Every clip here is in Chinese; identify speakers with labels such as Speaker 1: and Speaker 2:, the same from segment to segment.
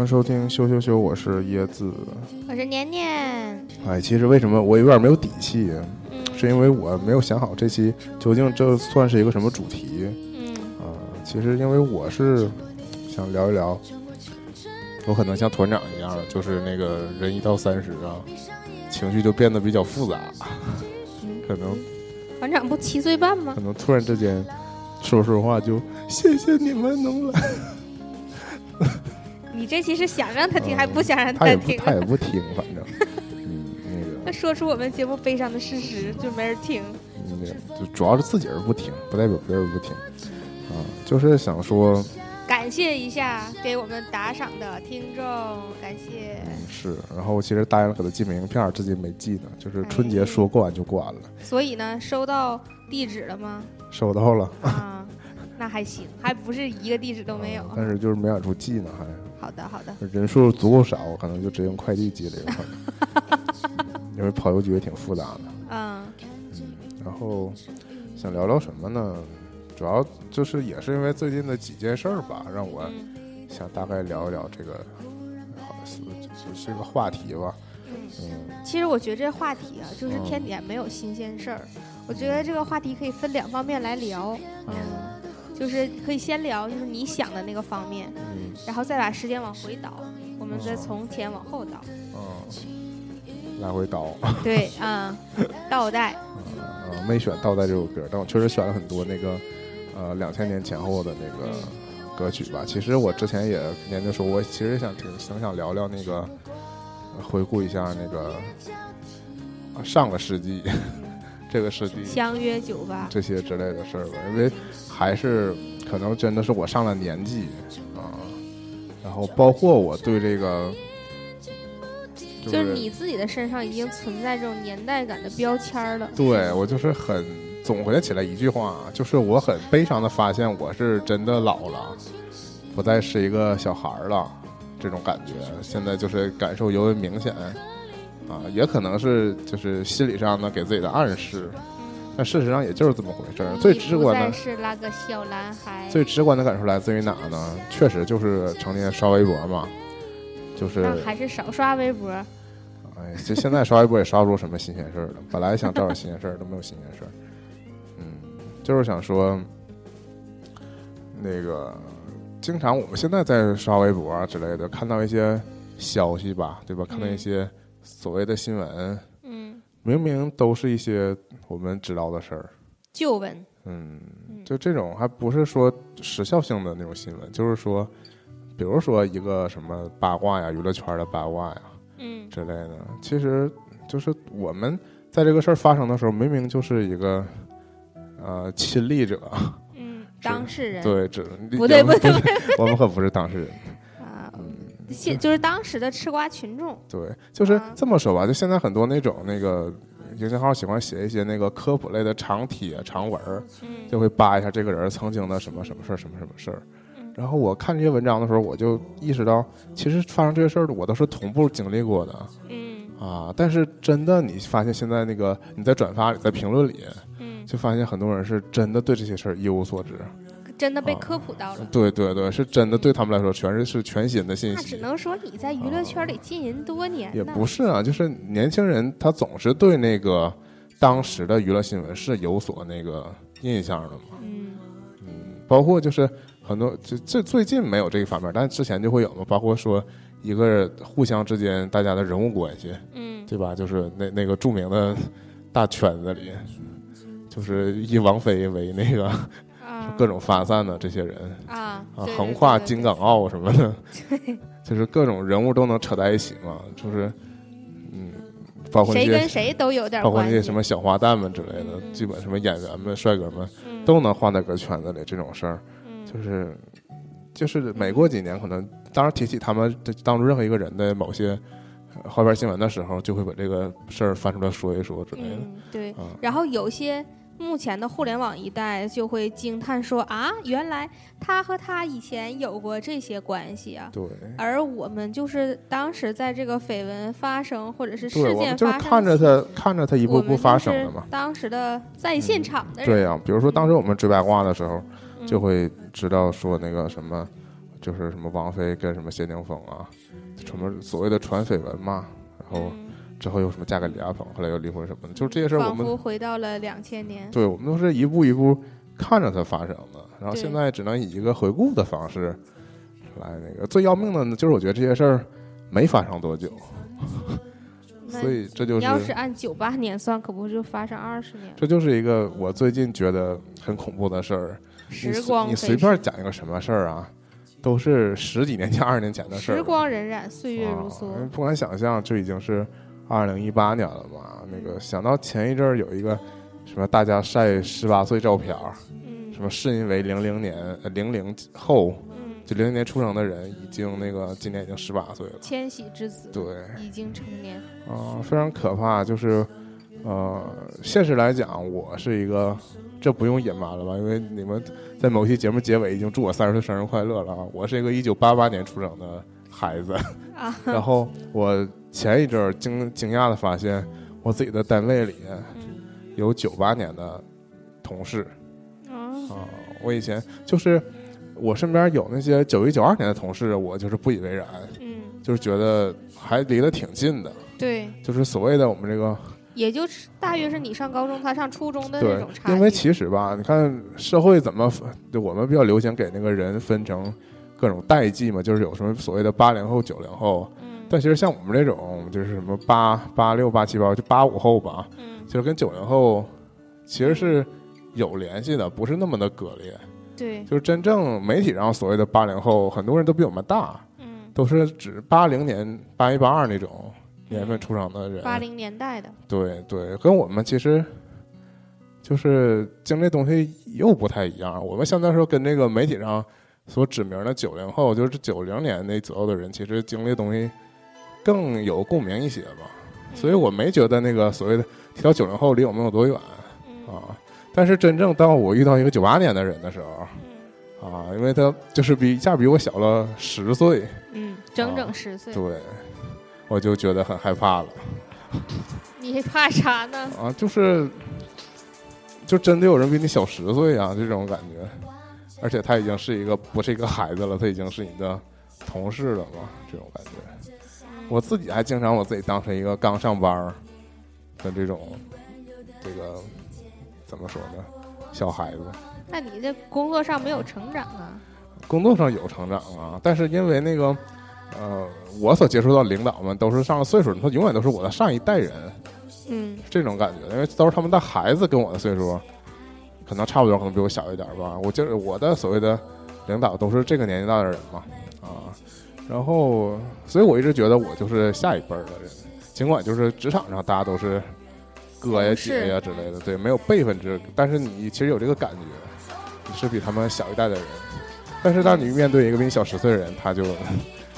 Speaker 1: 迎收听《羞羞羞》，我是椰子。
Speaker 2: 我是年年，
Speaker 1: 哎，其实为什么我有点没有底气，
Speaker 2: 嗯
Speaker 1: 是因为我没有想好这期究竟这算是一个什么主题
Speaker 2: 嗯，
Speaker 1: 啊、其实因为我是想聊一聊，我可能像团长一样，就是那个人一到三十啊，情绪就变得比较复杂，可能
Speaker 2: 团长不七岁半吗
Speaker 1: 可？能突然之间说说话就谢谢你们能来，
Speaker 2: 你这期是想让他听，
Speaker 1: 嗯
Speaker 2: 还不想让
Speaker 1: 他也不
Speaker 2: 听？哎
Speaker 1: 他也不听，反正嗯那个。
Speaker 2: 那说出我们节目悲伤的事实，就没人听。
Speaker 1: 嗯，对就主要是自己人不听，不代表别人不听啊。就是想说，
Speaker 2: 感谢一下给我们打赏的听众，感谢。
Speaker 1: 嗯，是。然后我其实答应了给他寄明信片儿，至今没寄呢。就是春节
Speaker 2: 哎
Speaker 1: 说挂就挂了，
Speaker 2: 所以呢，收到地址了 吗？
Speaker 1: 收到了，
Speaker 2: 啊，那还行，还不是一个地址都没有
Speaker 1: 啊。但是就是没往出寄呢，还
Speaker 2: 好的，好的，
Speaker 1: 人数足够少，我可能就直接用快递寄了，有 可能。因为跑邮局也挺复杂的。
Speaker 2: 嗯
Speaker 1: 然后想聊聊什么呢？主要就是也是因为最近的几件事儿吧，让我
Speaker 2: 嗯
Speaker 1: 想大概聊一聊这个，好像是就是一个话题吧。
Speaker 2: 嗯。
Speaker 1: 嗯，
Speaker 2: 其实我觉得这话题啊，就是
Speaker 1: 嗯
Speaker 2: 天底下没有新鲜事儿。我觉得这个话题可以分两方面来聊，
Speaker 1: 嗯
Speaker 2: 就是可以先聊就是你想的那个方面，
Speaker 1: 嗯
Speaker 2: 然后再把时间往回倒，我们再
Speaker 1: 哦
Speaker 2: 从前往 后倒。
Speaker 1: 嗯，来回倒
Speaker 2: 对，嗯，倒带，
Speaker 1: 啊，没选《倒带》这首歌，但我确实选了很多那个呃两千年前后的那个歌曲吧。其实我之前也跟研究说，我其实想挺挺想聊聊那个，呃回顾一下那个、啊上个世纪 这个世纪
Speaker 2: 相约酒吧。
Speaker 1: 这些之类的事儿吧，因为还是可能真的是我上了年纪啊，然后包括我对这个。就
Speaker 2: 就是你自己的身上已经存在这种年代感的标签儿了。
Speaker 1: 对我就是很总结起来一句话，就是我很悲伤的发现，我是真的老了，不再是一个小孩儿了，这种感觉，现在就是感受尤为明显，啊，也可能是就是心理上呢给自己的暗示，
Speaker 2: 嗯，
Speaker 1: 但事实上也就是这么回事儿。
Speaker 2: 你
Speaker 1: 呃最直
Speaker 2: 不
Speaker 1: 观
Speaker 2: 再
Speaker 1: 的，
Speaker 2: 是那个小男孩，
Speaker 1: 最直观的感受来自于哪呢？确实就是成天刷微博嘛，就是
Speaker 2: 那还是少刷微博。
Speaker 1: 哎，就现在刷微博也刷不出什么新鲜事儿了。 本来想找点新鲜事儿，都没有新鲜事儿。嗯，就是想说，那个经常我们现在在刷微博啊之类的，看到一些消息吧，对吧？看到一些所谓的新闻，
Speaker 2: 嗯，
Speaker 1: 明明都是一些我们知道的事儿。
Speaker 2: 旧闻。
Speaker 1: 嗯，
Speaker 2: 嗯
Speaker 1: 就这种还不是说时效性的那种新闻，就是说，比如说一个什么八卦呀，娱乐圈的八卦呀，
Speaker 2: 嗯
Speaker 1: 之类的。其实就是我们在这个事儿发生的时候，明明就是一个呃亲历者，
Speaker 2: 嗯，当事人。
Speaker 1: 对，只
Speaker 2: 不对
Speaker 1: 我们
Speaker 2: 不对
Speaker 1: 是我们可不是当 事人。
Speaker 2: 啊，
Speaker 1: 嗯，
Speaker 2: 现就是当时的吃瓜群众。
Speaker 1: 对，就是
Speaker 2: 啊
Speaker 1: 这么说吧，就现在很多那种那个营销号喜欢写一些那个科普类的长帖、长文儿，
Speaker 2: 嗯
Speaker 1: 就会扒一下这个人曾经的什么什么事儿、什么什么事儿
Speaker 2: 嗯。
Speaker 1: 然后我看这些文章的时候，我就意识到，其实发生这些事儿的我都是同步经历过的。
Speaker 2: 嗯
Speaker 1: 啊，但是真的，你发现现在那个你在转发里，在评论里，
Speaker 2: 嗯，
Speaker 1: 就发现很多人是真的对这些事儿一无所知。
Speaker 2: 真的被
Speaker 1: 啊
Speaker 2: 科普到了。
Speaker 1: 对对对，是真的，对他们来说全是是全新的信
Speaker 2: 那只
Speaker 1: 息。
Speaker 2: 能说你在娱乐圈里浸淫多年
Speaker 1: 也
Speaker 2: 呢
Speaker 1: 不是啊，就是年轻人他总是对那个当时的娱乐新闻是有所那个印象的嘛。
Speaker 2: 嗯
Speaker 1: 嗯，包括就是很多就最最近没有这一方面，但之前就会有嘛。包括说一个互相之间大家的人物关系，
Speaker 2: 嗯
Speaker 1: 对吧？就是那那个著名的大圈子里，就是以王菲为那个
Speaker 2: 啊
Speaker 1: 各种发散的这些人
Speaker 2: 啊
Speaker 1: 啊，
Speaker 2: 对
Speaker 1: 横跨
Speaker 2: 对对
Speaker 1: 京
Speaker 2: 对
Speaker 1: 港澳什么的， 就是各种人物都能扯在一起嘛，就是嗯，包括那
Speaker 2: 谁跟
Speaker 1: 些
Speaker 2: 谁都有点
Speaker 1: 包括
Speaker 2: 关
Speaker 1: 那
Speaker 2: 系。
Speaker 1: 些什么小花旦们之类的
Speaker 2: 嗯，嗯
Speaker 1: 基本什么演员们、帅哥们
Speaker 2: 嗯
Speaker 1: 都能画在个圈子里，这种事儿
Speaker 2: 嗯
Speaker 1: 就是。就是每过几年，可能当然提起他们这当中任何一个人的某些呃花边新闻的时候，就会把这个事儿翻出来说一说之类的。
Speaker 2: 嗯对
Speaker 1: 啊，
Speaker 2: 然后有些。目前的互联网一代就会惊叹说啊，原来他和他以前有过这些关系啊，
Speaker 1: 对，
Speaker 2: 而我们就是当时在这个绯闻发生或者是事
Speaker 1: 对，我们
Speaker 2: 件
Speaker 1: 就是
Speaker 2: 发生前，
Speaker 1: 看着它看着它一步
Speaker 2: 我
Speaker 1: 一
Speaker 2: 们
Speaker 1: 步发
Speaker 2: 就是
Speaker 1: 生的嘛。嗯
Speaker 2: 当时的在现场的人，
Speaker 1: 啊对呀、比如说当时我们追八卦的时候，
Speaker 2: 嗯
Speaker 1: 就会知道说那个什么就是什么王菲跟什么谢霆锋啊，什么所谓的传绯闻嘛，然
Speaker 2: 嗯
Speaker 1: 后之后又什么嫁给李亚鹏，后来又离婚什么的，就是哦这些事儿我
Speaker 2: 仿
Speaker 1: 们
Speaker 2: 佛回到了两千年。
Speaker 1: 对，我们都是一步一步看着它发生的，然后
Speaker 2: 对
Speaker 1: 现在只能以一个回顾的方式来那个。最要命的呢，就是我觉得这些事儿没发生多久，
Speaker 2: 那
Speaker 1: 所以这就
Speaker 2: 你要
Speaker 1: 是
Speaker 2: 是按九八年算，可不就发生二十年？
Speaker 1: 这就是一个我最近觉得很恐怖的事儿。你
Speaker 2: 时
Speaker 1: 随
Speaker 2: 光
Speaker 1: 你
Speaker 2: 飞
Speaker 1: 随
Speaker 2: 逝
Speaker 1: 便讲一个什么事儿啊，都是十几年前、二十年前的事儿了。
Speaker 2: 时光荏苒，岁月如
Speaker 1: 啊因为
Speaker 2: 梭。
Speaker 1: 不敢想象，这已经是二零一八年了嘛。那个想到前一阵儿有一个什么大家晒十八岁照片儿，
Speaker 2: 嗯
Speaker 1: 什么是因为零零年呃零零、00后
Speaker 2: 嗯，
Speaker 1: 就零零年出生的人已经那个今年已经十八岁了，
Speaker 2: 千禧之子
Speaker 1: 对
Speaker 2: 已经成年。
Speaker 1: 啊、非常可怕。就是呃，现实来讲，我是一个。这不用隐瞒了吧？因为你们在某期节目结尾已经祝我三十岁生日快乐了啊！我是一个一九八八年出生的孩子，
Speaker 2: 啊，
Speaker 1: 然后我前一阵儿惊惊讶的发现，我自己的单位里
Speaker 2: 嗯，
Speaker 1: 有九八年的同事
Speaker 2: 啊，
Speaker 1: 啊。我以前就是我身边有那些九一九二年的同事，我就是不以为然，
Speaker 2: 嗯，
Speaker 1: 就是觉得还离得挺近的，
Speaker 2: 对，
Speaker 1: 就是所谓的我们这个
Speaker 2: 也就是大约是你上高中，他上初中的那
Speaker 1: 对
Speaker 2: 种，差异。
Speaker 1: 因为其实吧，你看社会怎么，就我们比较流行给那个人分成各种代际嘛，就是有什么所谓的八零后、九零后，
Speaker 2: 嗯
Speaker 1: 但其实像我们这种就是什么八八六、八七、八就八五后吧，
Speaker 2: 嗯，
Speaker 1: 就是跟九零后其实是有联系的，不是那么的割裂。
Speaker 2: 对，
Speaker 1: 就是真正媒体上所谓的八零后，很多人都比我们大，
Speaker 2: 嗯，
Speaker 1: 都是指八零年、八一、八二那种年份出生的人。
Speaker 2: 八零年代的，
Speaker 1: 对对，跟我们其实就是经历东西又不太一样。我们相对来说跟这个媒体上所指明的九零后，就是九零年那左右的人，其实经历的东西更有共鸣一些吧。嗯所以我没觉得那个所谓的提到九零后离我们有多远
Speaker 2: 嗯，嗯
Speaker 1: 啊。但是真正当我遇到一个九八年的人的时候
Speaker 2: 嗯
Speaker 1: 啊，因为他就是比一下比我小了十岁，
Speaker 2: 嗯，整
Speaker 1: 啊
Speaker 2: 整十岁，
Speaker 1: 对，我就觉得很害怕了
Speaker 2: 你怕啥呢？
Speaker 1: 啊，就是就真的有人比你小十岁啊，这种感觉，而且他已经是一个不是一个孩子了，他已经是你的同事了嘛，这种感觉。我自己还经常我自己当成一个刚上班儿的这种这个怎么说呢，小孩子。
Speaker 2: 那你这工作上没有成长啊？
Speaker 1: 工作上有成长啊，但是因为那个，呃，我所接触到领导们都是上了岁数，他永远都是我的上一代人，
Speaker 2: 嗯
Speaker 1: 这种感觉，因为都是他们的孩子跟我的岁数可能差不多，可能比我小一点吧。我就是我的所谓的领导都是这个年纪大的人嘛，啊，然后所以我一直觉得我就是下一辈儿的人，尽管就是职场上大家都是哥呀
Speaker 2: 同事
Speaker 1: 姐呀之类的，对，没有辈分之，但是你其实有这个感觉，你是比他们小一代的人。但是当你面对一个比你小十岁的人，他就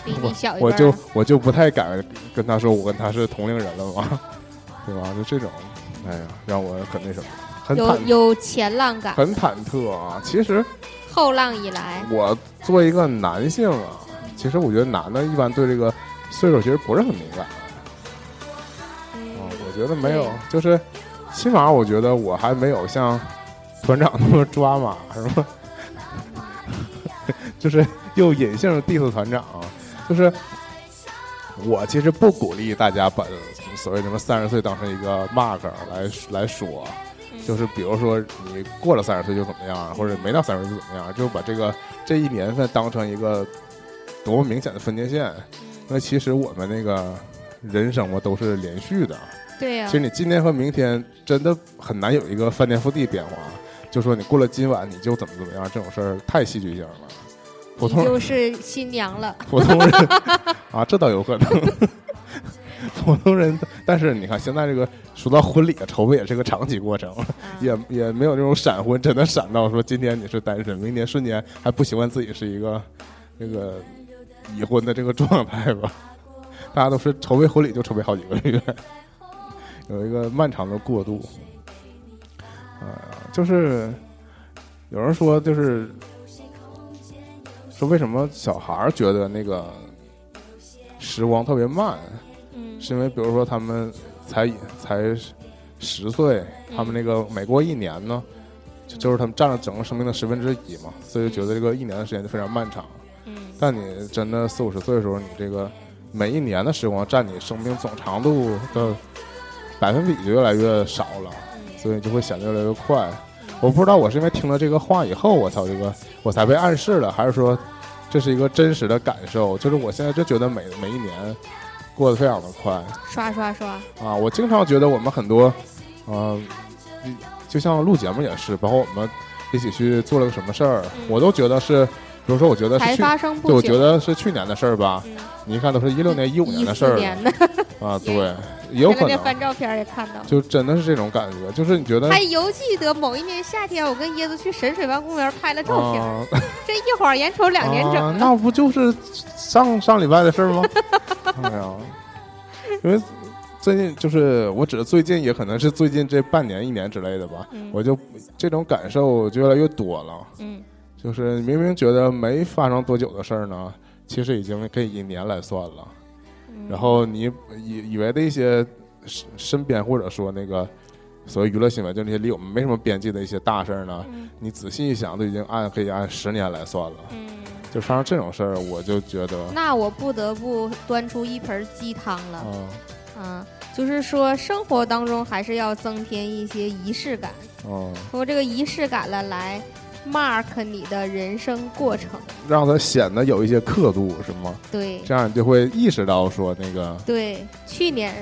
Speaker 2: 比
Speaker 1: 我
Speaker 2: 你小一辈
Speaker 1: 我
Speaker 2: 儿
Speaker 1: 就我就不太敢跟他说我跟他是同龄人了嘛，对吧？就这种，哎呀，让我很那什么，很
Speaker 2: 有
Speaker 1: 忐
Speaker 2: 有前浪感，
Speaker 1: 很忐忑啊。其实
Speaker 2: 后浪以来，
Speaker 1: 我作为一个男性啊，其实我觉得男的一般对这个岁数其实不是很敏感啊，
Speaker 2: 嗯，
Speaker 1: 我觉得没有
Speaker 2: 对，
Speaker 1: 就是起码我觉得我还没有像团长那么抓马，是吧？ 就是又隐性 diss 团长，就是我其实不鼓励大家把所谓什么三十岁当成一个 mark 来来说，就是比如说你过了三十岁就怎么样，啊或者没到三十岁就怎么样，啊就把这个这一年份当成一个多么明显的分界线。
Speaker 2: 嗯
Speaker 1: 因为其实我们那个人生嘛都是连续的，
Speaker 2: 对啊呀
Speaker 1: 其实，你今天和明天真的很难有一个翻天覆地变化。啊就说你过了今晚你就怎么怎么样，这种事儿太戏剧性了。普
Speaker 2: 你
Speaker 1: 通
Speaker 2: 就是新娘了，
Speaker 1: 普通人啊，这倒有可能。 普通人，但是你看现在这个说到婚礼啊，筹备也是个长期过程，
Speaker 2: 啊
Speaker 1: 也也没有这种闪婚，真的闪到说今天你是单身，明天瞬间还不习惯自己是一个那个已婚的这个状态吧。 大家都是筹备婚礼就筹备好几个月，有一个漫长的过渡。啊、就是有人说，就是说为什么小孩儿觉得那个时光特别慢，
Speaker 2: 嗯
Speaker 1: 是因为比如说他们才才十岁，他们那个每过一年呢，就就是他们占了整个生命的十分之一嘛，所以就觉得这个一年的时间就非常漫长。
Speaker 2: 嗯
Speaker 1: 但你真的四五十岁的时候，你这个每一年的时光占你生命总长度的百分比就越来越少了，所以就会显得越来越快。我不知道我是因为听了这个话以后，我操这个我才被暗示了，还是说这是一个真实的感受？就是我现在就觉得每每一年过得非常的快。
Speaker 2: 刷刷刷，
Speaker 1: 啊，我经常觉得我们很多，呃，嗯就像录节目也是，包括我们一起去做了个什么事儿，我都觉得是，比如说我觉得是
Speaker 2: 才
Speaker 1: 呃去，
Speaker 2: 嗯发生
Speaker 1: 对，
Speaker 2: 不
Speaker 1: 我
Speaker 2: 久
Speaker 1: 觉，得是去年的事儿吧，
Speaker 2: 嗯，
Speaker 1: 你一看都是一六年、一五年的事
Speaker 2: 14
Speaker 1: 儿
Speaker 2: 年的，
Speaker 1: 了啊，对，也 有
Speaker 2: 前两
Speaker 1: 可
Speaker 2: 天翻
Speaker 1: 能，
Speaker 2: 照片儿也看到了。
Speaker 1: 就真的是这种感觉，就是你觉得
Speaker 2: 还犹记得某一年夏天，我跟椰子去神水湾公园拍了照片儿，
Speaker 1: 啊
Speaker 2: 这一晃眼瞅两年整
Speaker 1: 啊，
Speaker 2: 了。
Speaker 1: 那不就是上上礼拜的事儿吗？ 哎呀，因为最近就是我指的最近，也可能是最近这半年、一年之类的吧，
Speaker 2: 嗯
Speaker 1: 我就这种感受就越来越多了。
Speaker 2: 嗯，
Speaker 1: 就是明明觉得没发生多久的事儿呢，其实已经可以以年来算了。
Speaker 2: 嗯
Speaker 1: 然后你以以为的一些身身边或者说那个所谓娱乐新闻，就那些离我们没什么边际的一些大事儿呢，
Speaker 2: 嗯
Speaker 1: 你仔细一想，都已经按可以按十年来算了。
Speaker 2: 嗯，
Speaker 1: 就发生这种事儿，我就觉得，
Speaker 2: 那我不得不端出一盆鸡汤了。
Speaker 1: 嗯
Speaker 2: 嗯，就是说生活当中还是要增添一些仪式感，
Speaker 1: 嗯，
Speaker 2: 通过这个仪式感了来 mark 你的人生过程。
Speaker 1: 让它显得有一些刻度，是吗？
Speaker 2: 对
Speaker 1: 这样你就会意识到说那个，
Speaker 2: 对，去年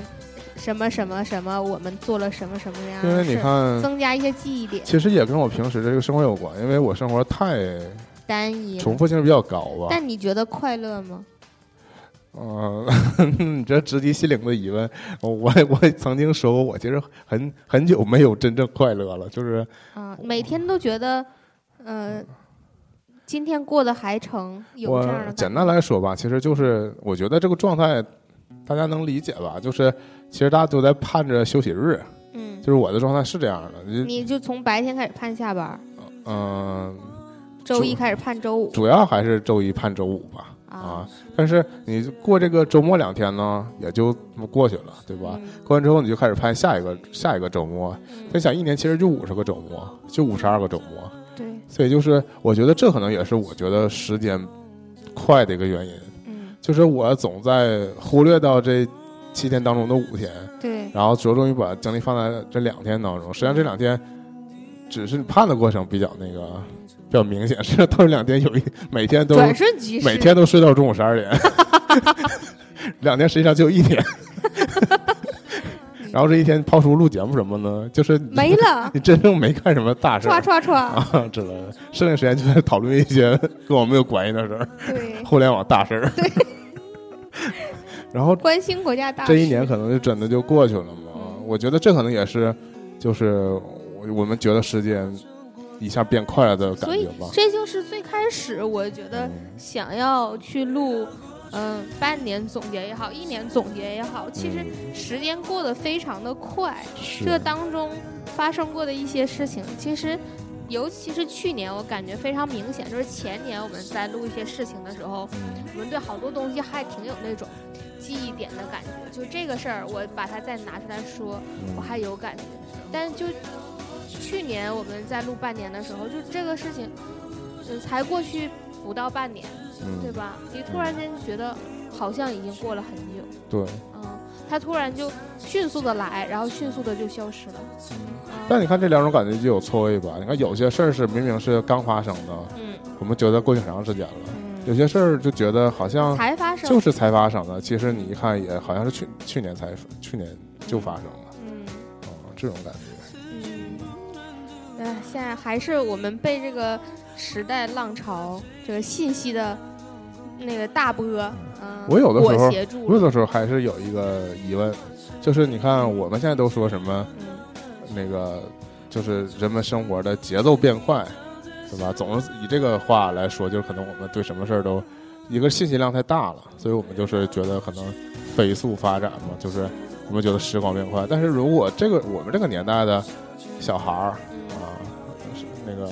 Speaker 2: 什么什么什么，我们做了什么什么样
Speaker 1: 因
Speaker 2: 的
Speaker 1: 为你
Speaker 2: 事儿，
Speaker 1: 看，
Speaker 2: 增加一些记忆点，
Speaker 1: 其实也跟我平时的这个生活有关，因为我生活太
Speaker 2: 单一了。
Speaker 1: 重复性比较高吧。
Speaker 2: 但你觉得快乐吗？
Speaker 1: 嗯， 你这直击心灵的疑问，我我曾经说过，我其实很很久没有真正快乐了，就是
Speaker 2: 啊，每天都觉得，呃，今天过得还成，有
Speaker 1: 我
Speaker 2: 这样的
Speaker 1: 简
Speaker 2: 感
Speaker 1: 单来说吧，其实就是我觉得这个状态大家能理解吧，就是其实大家都在盼着休息日，
Speaker 2: 嗯
Speaker 1: 就，是我的状态是这样的，就
Speaker 2: 你就从白天开始盼下班儿，
Speaker 1: 嗯，
Speaker 2: 周一
Speaker 1: 就
Speaker 2: 开始盼周五
Speaker 1: 主要还是周一盼周五吧。啊
Speaker 2: 啊，，
Speaker 1: 但是你过这个周末两天呢，也就这么过去了，对吧？
Speaker 2: 嗯
Speaker 1: 过完之后你就开始盼下一个下一个周末。再想一年其实就五十个周末，就五十二个周末，
Speaker 2: 对，
Speaker 1: 所以就是我觉得这可能也是我觉得时间快的一个原因，
Speaker 2: 嗯，
Speaker 1: 就是我总在忽略到这七天当中的五天，
Speaker 2: 对，
Speaker 1: 然后着重于把精力放在这两天当中。实际上这两天只是判的过程比较那个比较明显，实际上都是两天有一每天都
Speaker 2: 转瞬即逝，
Speaker 1: 每天都睡到中午十二点，两天实际上就一 天。然后这一天抛出录节目什么呢？就是你
Speaker 2: 没了，
Speaker 1: 你真正没干什么大事
Speaker 2: 歘
Speaker 1: 儿
Speaker 2: 歘歘，
Speaker 1: 啊之类的，剩下时间就在讨论一些跟我没有关系的事儿，
Speaker 2: 对，
Speaker 1: 互联网大事儿。对。然后
Speaker 2: 关心国家大事，
Speaker 1: 这一年可能就真的就过去了
Speaker 2: 嗯
Speaker 1: 嘛。啊我觉得这可能也是，就是我我们觉得时间一下变快了的感
Speaker 2: 所
Speaker 1: 觉
Speaker 2: 以
Speaker 1: 吧。
Speaker 2: 这就是最开始我觉得
Speaker 1: 嗯
Speaker 2: 想要去录。嗯，半年总结也好，一年总结也好，其实
Speaker 1: 嗯
Speaker 2: 时间过得非常的快。
Speaker 1: 是
Speaker 2: 这当中发生过的一些事情，其实尤其是去年，我感觉非常明显。就是前年我们在录一些事情的时候，
Speaker 1: 嗯
Speaker 2: 我们对好多东西还挺有那种记忆点的感觉。就这个事儿，我把它再拿出来说，
Speaker 1: 嗯
Speaker 2: 我还有感觉。但就去年我们在录半年的时候，就这个事情，嗯，才过去不到半年，对
Speaker 1: 嗯
Speaker 2: 吧？你突然间就觉得好像已经过了很久，
Speaker 1: 对。
Speaker 2: 嗯，它突然就迅速的来，然后迅速的就消失了。
Speaker 1: 但你看这两种感觉就有错位吧？你看有些事儿是明明是刚发生的，
Speaker 2: 嗯
Speaker 1: 我们觉得过去很长时间了；有
Speaker 2: 嗯，
Speaker 1: 些事儿就觉得好像
Speaker 2: 才发生，
Speaker 1: 就是才发生的，其实你一看也好像是去去年才去年就发生了，
Speaker 2: 嗯
Speaker 1: 啊、这种感觉。
Speaker 2: 嗯，哎、现在还是我们被这个时代浪潮，这个信息的那个大波，嗯，
Speaker 1: 我有的时候
Speaker 2: 裹挟住
Speaker 1: 有
Speaker 2: 了，
Speaker 1: 的时候还是有一个疑问，就是你看我们现在都说什么
Speaker 2: 嗯，
Speaker 1: 那个，就是人们生活的节奏变快，是吧？总是以这个话来说，就是可能我们对什么事儿都一个信息量太大了，所以我们就是觉得可能飞速发展嘛，就是我们觉得时光变快。但是如果这个我们这个年代的小孩儿
Speaker 2: 嗯
Speaker 1: 啊，是那个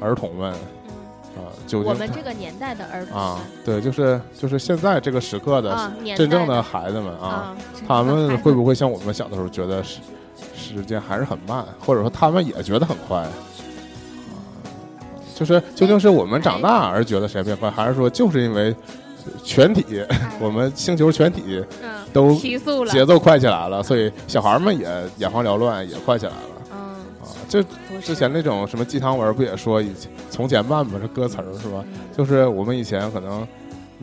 Speaker 1: 儿童们
Speaker 2: 嗯
Speaker 1: 啊，究
Speaker 2: 我
Speaker 1: 竟
Speaker 2: 们这个年代的儿童
Speaker 1: 啊，对，就是就是现在这个时刻的、
Speaker 2: 啊，年代
Speaker 1: 真正的孩子们啊，
Speaker 2: 啊，
Speaker 1: 他们会
Speaker 2: 会
Speaker 1: 不会像我们小的时候觉得时时间还是很慢，或者说他们也觉得很快？啊就是究竟是我们长大而觉得谁变坏，还是说就是因为全体
Speaker 2: 哎
Speaker 1: 我们星球全体
Speaker 2: 嗯，
Speaker 1: 都
Speaker 2: 提速了，
Speaker 1: 节奏快起来了，所以小孩儿们也眼花缭乱，也快起来了
Speaker 2: 嗯，
Speaker 1: 啊！就
Speaker 2: 不是
Speaker 1: 之前那种什么鸡汤文不也说以前从前慢嘛，是歌词儿是
Speaker 2: 嗯
Speaker 1: 吧？就是我们以前可能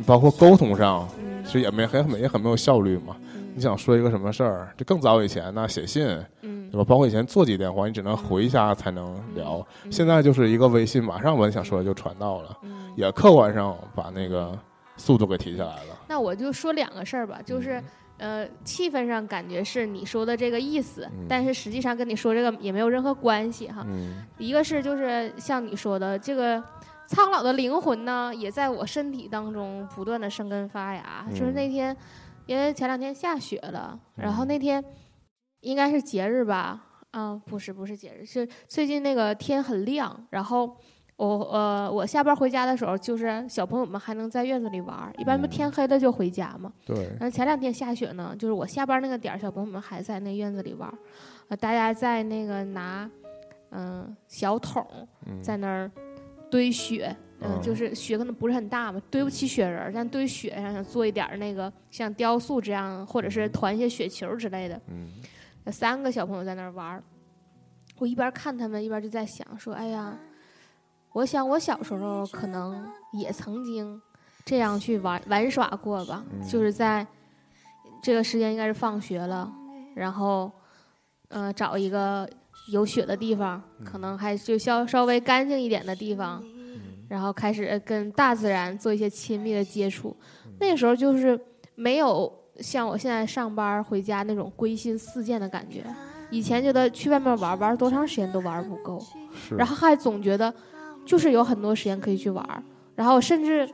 Speaker 1: 包括沟通上
Speaker 2: 嗯
Speaker 1: 是也没很很也很没有效率嘛。你想说一个什么事儿，这更早以前呢，写信
Speaker 2: 嗯
Speaker 1: 对吧？包括以前座机电话，你只能回一下才能聊。
Speaker 2: 嗯
Speaker 1: 现在就是一个微信，马上把你想说的就传到了，
Speaker 2: 嗯，
Speaker 1: 也客观上把那个速度给提下来了。
Speaker 2: 那我就说两个事儿吧，就是。呃，气氛上感觉是你说的这个意思，
Speaker 1: 嗯
Speaker 2: 但是实际上跟你说这个也没有任何关系哈。
Speaker 1: 嗯
Speaker 2: 一个是就是像你说的，这个苍老的灵魂呢，也在我身体当中不断的生根发芽。就是
Speaker 1: 嗯
Speaker 2: 那天，因为前两天下雪了，然后
Speaker 1: 嗯
Speaker 2: 那天应该是节日吧？啊、不是不是节日，是最近那个天很亮，然后。我呃，我下班回家的时候，就是小朋友们还能在院子里玩儿，一般不
Speaker 1: 嗯
Speaker 2: 天黑了就回家嘛。
Speaker 1: 对，
Speaker 2: 然后前两天下雪呢，就是我下班那个点儿，小朋友们还在那院子里玩儿，呃，大家在那个拿，嗯、小桶
Speaker 1: 嗯
Speaker 2: 在那儿堆雪，嗯、
Speaker 1: 嗯
Speaker 2: 就是雪可能不是很大嘛，堆不起雪人儿，但堆雪上想做一点儿那个像雕塑这样，或者是团一些雪球之类的。
Speaker 1: 嗯
Speaker 2: 有三个小朋友在那儿玩儿，我一边看他们，一边就在想说，哎呀，我想我小时候可能也曾经这样去玩玩耍过吧，
Speaker 1: 嗯
Speaker 2: 就是在这个时间应该是放学了，然后，呃，找一个有雪的地方，可能还就稍稍微干净一点的地方，然后开始跟大自然做一些亲密的接触。那个时候就是没有像我现在上班回家那种归心似箭的感觉。以前觉得去外面玩玩多长时间都玩不够，
Speaker 1: 是
Speaker 2: 然后还总觉得就是有很多时间可以去玩儿，然后甚至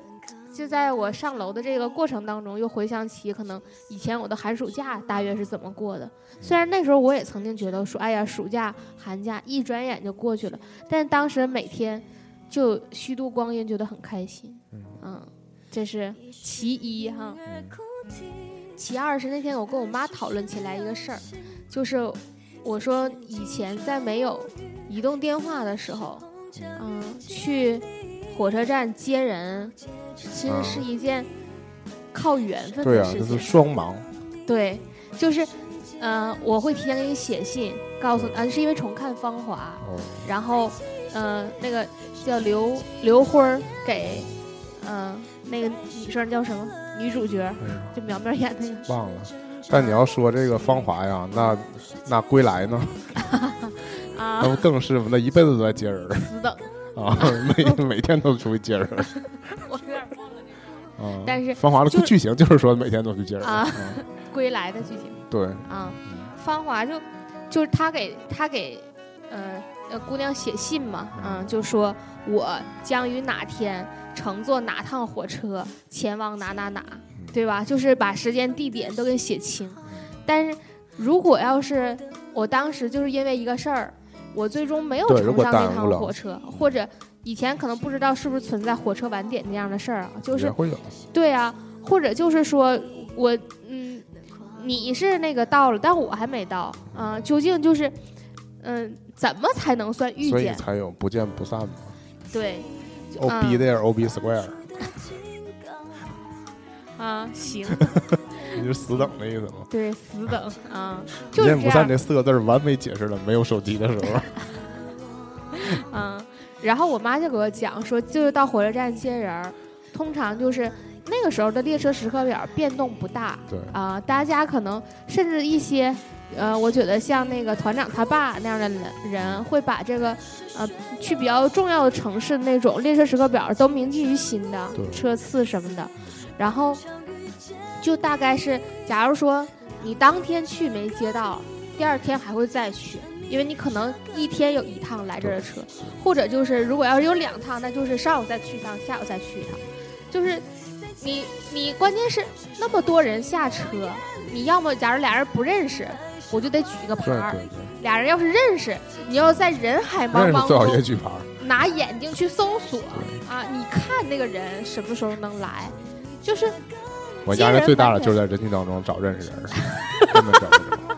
Speaker 2: 就在我上楼的这个过程当中，又回想起可能以前我的寒暑假大约是怎么过的。虽然那时候我也曾经觉得说，哎呀，暑假、寒假一转眼就过去了，但是当时每天就虚度光阴，觉得很开心。嗯，这是其一哈。
Speaker 1: 嗯
Speaker 2: 其二是那天我跟我妈讨论起来一个事儿，就是我说以前在没有移动电话的时候，嗯，去火车站接人，其实
Speaker 1: 啊
Speaker 2: 是一件靠缘分
Speaker 1: 对
Speaker 2: 的
Speaker 1: 啊，
Speaker 2: 事
Speaker 1: 就
Speaker 2: 情。
Speaker 1: 是双盲。
Speaker 2: 对，就是，嗯、我会提前给你写信，告诉
Speaker 1: 嗯
Speaker 2: 你，啊，是因为重看《芳华》，
Speaker 1: 哦，
Speaker 2: 然后，嗯，那个叫刘刘辉儿给，嗯、那个女生叫什么女主角，
Speaker 1: 哎呀，
Speaker 2: 就苗苗演那个，
Speaker 1: 忘了。但你要说这个芳华呀，那那归来呢，
Speaker 2: 啊
Speaker 1: 那，不更是吗？那一辈子都在接人儿
Speaker 2: 死等，
Speaker 1: 啊，每每天都出去接人儿
Speaker 2: 我有点忘了
Speaker 1: 啊。
Speaker 2: 但是
Speaker 1: 芳华的
Speaker 2: 就是
Speaker 1: 剧情就是说每天都去接人儿
Speaker 2: 啊
Speaker 1: 啊
Speaker 2: 归来的剧情
Speaker 1: 对，
Speaker 2: 啊，芳华就就是他给他给，呃呃姑娘写信嘛，嗯、就说我将于哪天乘坐哪趟火车前往哪哪哪，
Speaker 1: 嗯
Speaker 2: 对吧？就是把时间地点都给写清。但是如果要是我当时就是因为一个事儿，我最终没有
Speaker 1: 对
Speaker 2: 乘
Speaker 1: 如果
Speaker 2: 上那
Speaker 1: 耽误
Speaker 2: 趟
Speaker 1: 了
Speaker 2: 火车，或者以前可能不知道是不是存在火车晚点那样的事儿啊， 就
Speaker 1: 也
Speaker 2: 是
Speaker 1: 会有。
Speaker 2: 对啊，或者就是说我嗯，你是那个到了，但我还没到啊、究竟就是嗯、怎么才能算遇
Speaker 1: 所以
Speaker 2: 见？
Speaker 1: 才有不见不散嘛。
Speaker 2: 对
Speaker 1: O
Speaker 2: 嗯
Speaker 1: B there, O B square，
Speaker 2: 啊，行，
Speaker 1: 你是死等的意思吗？
Speaker 2: 对，死等啊，
Speaker 1: 不
Speaker 2: 就是
Speaker 1: 见
Speaker 2: 这
Speaker 1: 不散
Speaker 2: 样
Speaker 1: 这四个字儿完美解释了没有手机的时 候，
Speaker 2: 啊。然后我妈就给我讲说，就是到火车站接人儿，通常就是那个时候的列车时刻表变动不大，
Speaker 1: 对，
Speaker 2: 啊、大家可能甚至一些，呃，我觉得像那个团长他爸那样的人人，会把这个，呃，去比较重要的城市那种列车时刻表都铭记于心的
Speaker 1: 对
Speaker 2: 车次什么的，然后就大概是，假如说你当天去没接到，第二天还会再去。因为你可能一天有一趟来这儿的车，或者就是如果要是有两趟，那就是上午再去一趟，下午再去一趟，就是你你关键是那么多人下车，你要么假如俩人不认识，我就得举一个牌
Speaker 1: 对
Speaker 2: 儿；
Speaker 1: 对对，
Speaker 2: 俩人要是认识，你要在人海茫
Speaker 1: 认识
Speaker 2: 茫
Speaker 1: 最好也
Speaker 2: 中
Speaker 1: 举牌儿，
Speaker 2: 拿眼睛去搜索
Speaker 1: 对
Speaker 2: 啊，你看那个人什么时候能来，就是
Speaker 1: 我压力最大的就是在人群当中找认识人儿，真的找不着。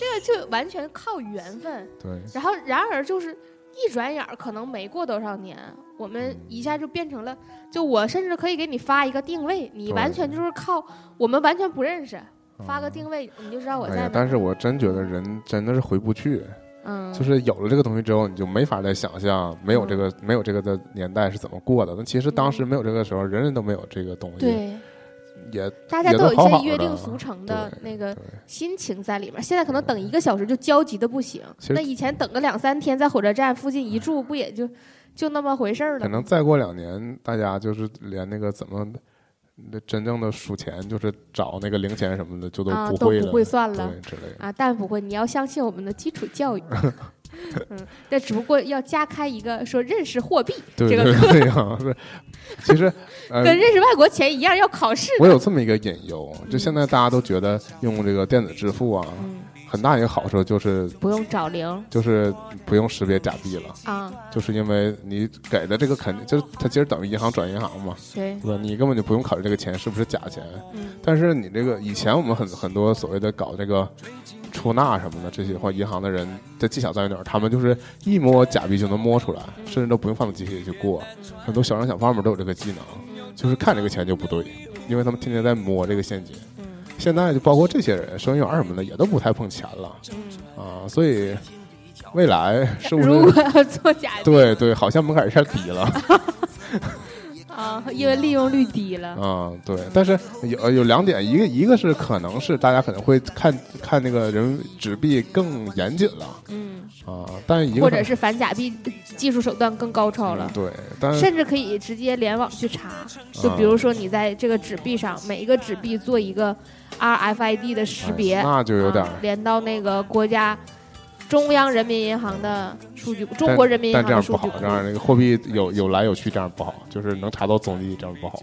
Speaker 2: 这个就完全靠缘分。
Speaker 1: 对，
Speaker 2: 然后然而就是一转眼儿可能没过多少年，我们
Speaker 1: 嗯
Speaker 2: 一下就变成了，就我甚至可以给你发一个定位，你
Speaker 1: 对
Speaker 2: 完全就是靠我们完全不认识， 发个
Speaker 1: 嗯
Speaker 2: 定位你就知道我
Speaker 1: 哎
Speaker 2: 在
Speaker 1: 呀
Speaker 2: 哪，。
Speaker 1: 但是我真觉得人真的是回不去，
Speaker 2: 嗯，
Speaker 1: 就是有了这个东西之后，你就没法再想象没有这个没有这个的年代是怎么过的。那其实当时没有这个时候，人人都没有这个东西，
Speaker 2: 嗯对，
Speaker 1: 也
Speaker 2: 大家
Speaker 1: 也
Speaker 2: 都有
Speaker 1: 都
Speaker 2: 一
Speaker 1: 好好
Speaker 2: 些约
Speaker 1: 的
Speaker 2: 定俗成的
Speaker 1: 对
Speaker 2: 那个
Speaker 1: 对
Speaker 2: 心情在里面。现在可能等一个小时就焦急的不行，
Speaker 1: 其实
Speaker 2: 那以前等个两三天，在火车站附近一住，不也就就那么回事儿
Speaker 1: 可
Speaker 2: 了
Speaker 1: 能
Speaker 2: 吗？
Speaker 1: 再过两年，大家就是连那个怎么那真正的数钱，就是找那个零钱什么的，就都
Speaker 2: 啊，
Speaker 1: 不
Speaker 2: 都
Speaker 1: 会了，
Speaker 2: 不会算了。
Speaker 1: 对之类的。
Speaker 2: 啊，但不会，你要相信我们的基础教 育。嗯，但只不过要加开一个说认识货币，
Speaker 1: 对
Speaker 2: 这个
Speaker 1: 对 对呀，是其实呃，
Speaker 2: 跟认识外国钱一样要考试。
Speaker 1: 我有这么一个隐忧，就现在大家都觉得用这个电子支付啊，
Speaker 2: 嗯，
Speaker 1: 很大一个好处就是
Speaker 2: 不用找零
Speaker 1: 就是不用识别假币了，
Speaker 2: 啊，
Speaker 1: 就是因为你给的这个肯定就是它其实等于银行转银行嘛，
Speaker 2: 对，
Speaker 1: 对吧？你根本就不用考虑这个钱是不是假钱，
Speaker 2: 嗯
Speaker 1: 但是你这个以前我们很很多所谓的搞这个出纳什么的这些或银行的人的技巧在于哪儿？他们就是一摸假币就能摸出来，甚至都不用放到机器里去过。很多小商小贩们都有这个技
Speaker 2: 嗯
Speaker 1: 能，就是看这个钱就不对，因为他们天天在摸这个现金。
Speaker 2: 嗯
Speaker 1: 现在就包括这些人，收银员什么的也都不太碰钱了
Speaker 2: 嗯。
Speaker 1: 啊，所以未来是不
Speaker 2: 如果
Speaker 1: 是？
Speaker 2: 要做 假币
Speaker 1: 对对，好像门槛一下低了。
Speaker 2: 啊，因为利用率低了。
Speaker 1: 啊、对，但是有有两点，一个一个是可能是大家可能会看看那个人纸币更严谨了
Speaker 2: 嗯，
Speaker 1: 啊、但一个
Speaker 2: 或者是反假币技术手段更高超了
Speaker 1: 嗯。啊对，但是
Speaker 2: 甚至可以直接联网去查，就比如说你在这个纸币上，每一个纸币做一个 RFID 的识别，
Speaker 1: 哎那就有点儿
Speaker 2: 啊，连到那个国家中央人民银行的数据库，中国人民银
Speaker 1: 但
Speaker 2: 行
Speaker 1: 这样
Speaker 2: 的数
Speaker 1: 不
Speaker 2: 据
Speaker 1: 好
Speaker 2: 库，。
Speaker 1: 这样那个货币有有来有去，这样不好，就是能查到踪迹，这样不好，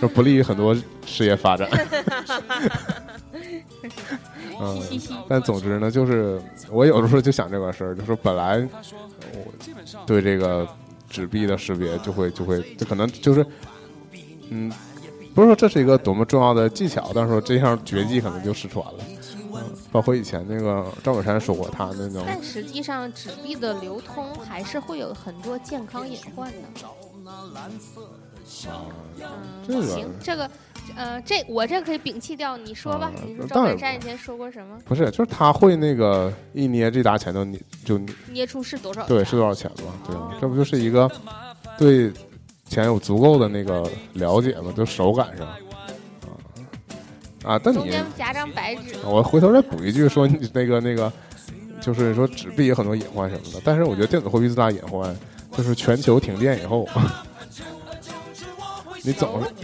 Speaker 1: 就不利于很多事业发展。嗯，
Speaker 2: 嘻嘻，
Speaker 1: 但总之呢，就是我有的时候就想这个事儿，就是本来我对这个纸币的识别就会就会就可能就是，嗯，不是说这是一个多么重要的技巧，但是说这项绝技可能就失传了。嗯包括以前那个赵本山说过，他那种
Speaker 2: 但实际上纸币的流通还是会有很多健康隐患的。
Speaker 1: 啊这个
Speaker 2: 嗯，行，这个，呃，这我这可以摒弃掉，你说
Speaker 1: 啊，
Speaker 2: 吧你说赵
Speaker 1: 当然
Speaker 2: 本山以
Speaker 1: 不
Speaker 2: 前说过什么？
Speaker 1: 不是，就是他会那个一捏这沓钱就你就你
Speaker 2: 捏出是多少？
Speaker 1: 对是多少钱嘛？对，这不就是一个对钱有足够的那个了解嘛？就手感上啊啊，但
Speaker 2: 中
Speaker 1: 你
Speaker 2: 间夹张白纸。
Speaker 1: 我回头再补一句，说你那个那个，就是说纸币有很多隐患什么的，但是我觉得电子货币最大隐患就是全球停电以后， 你总是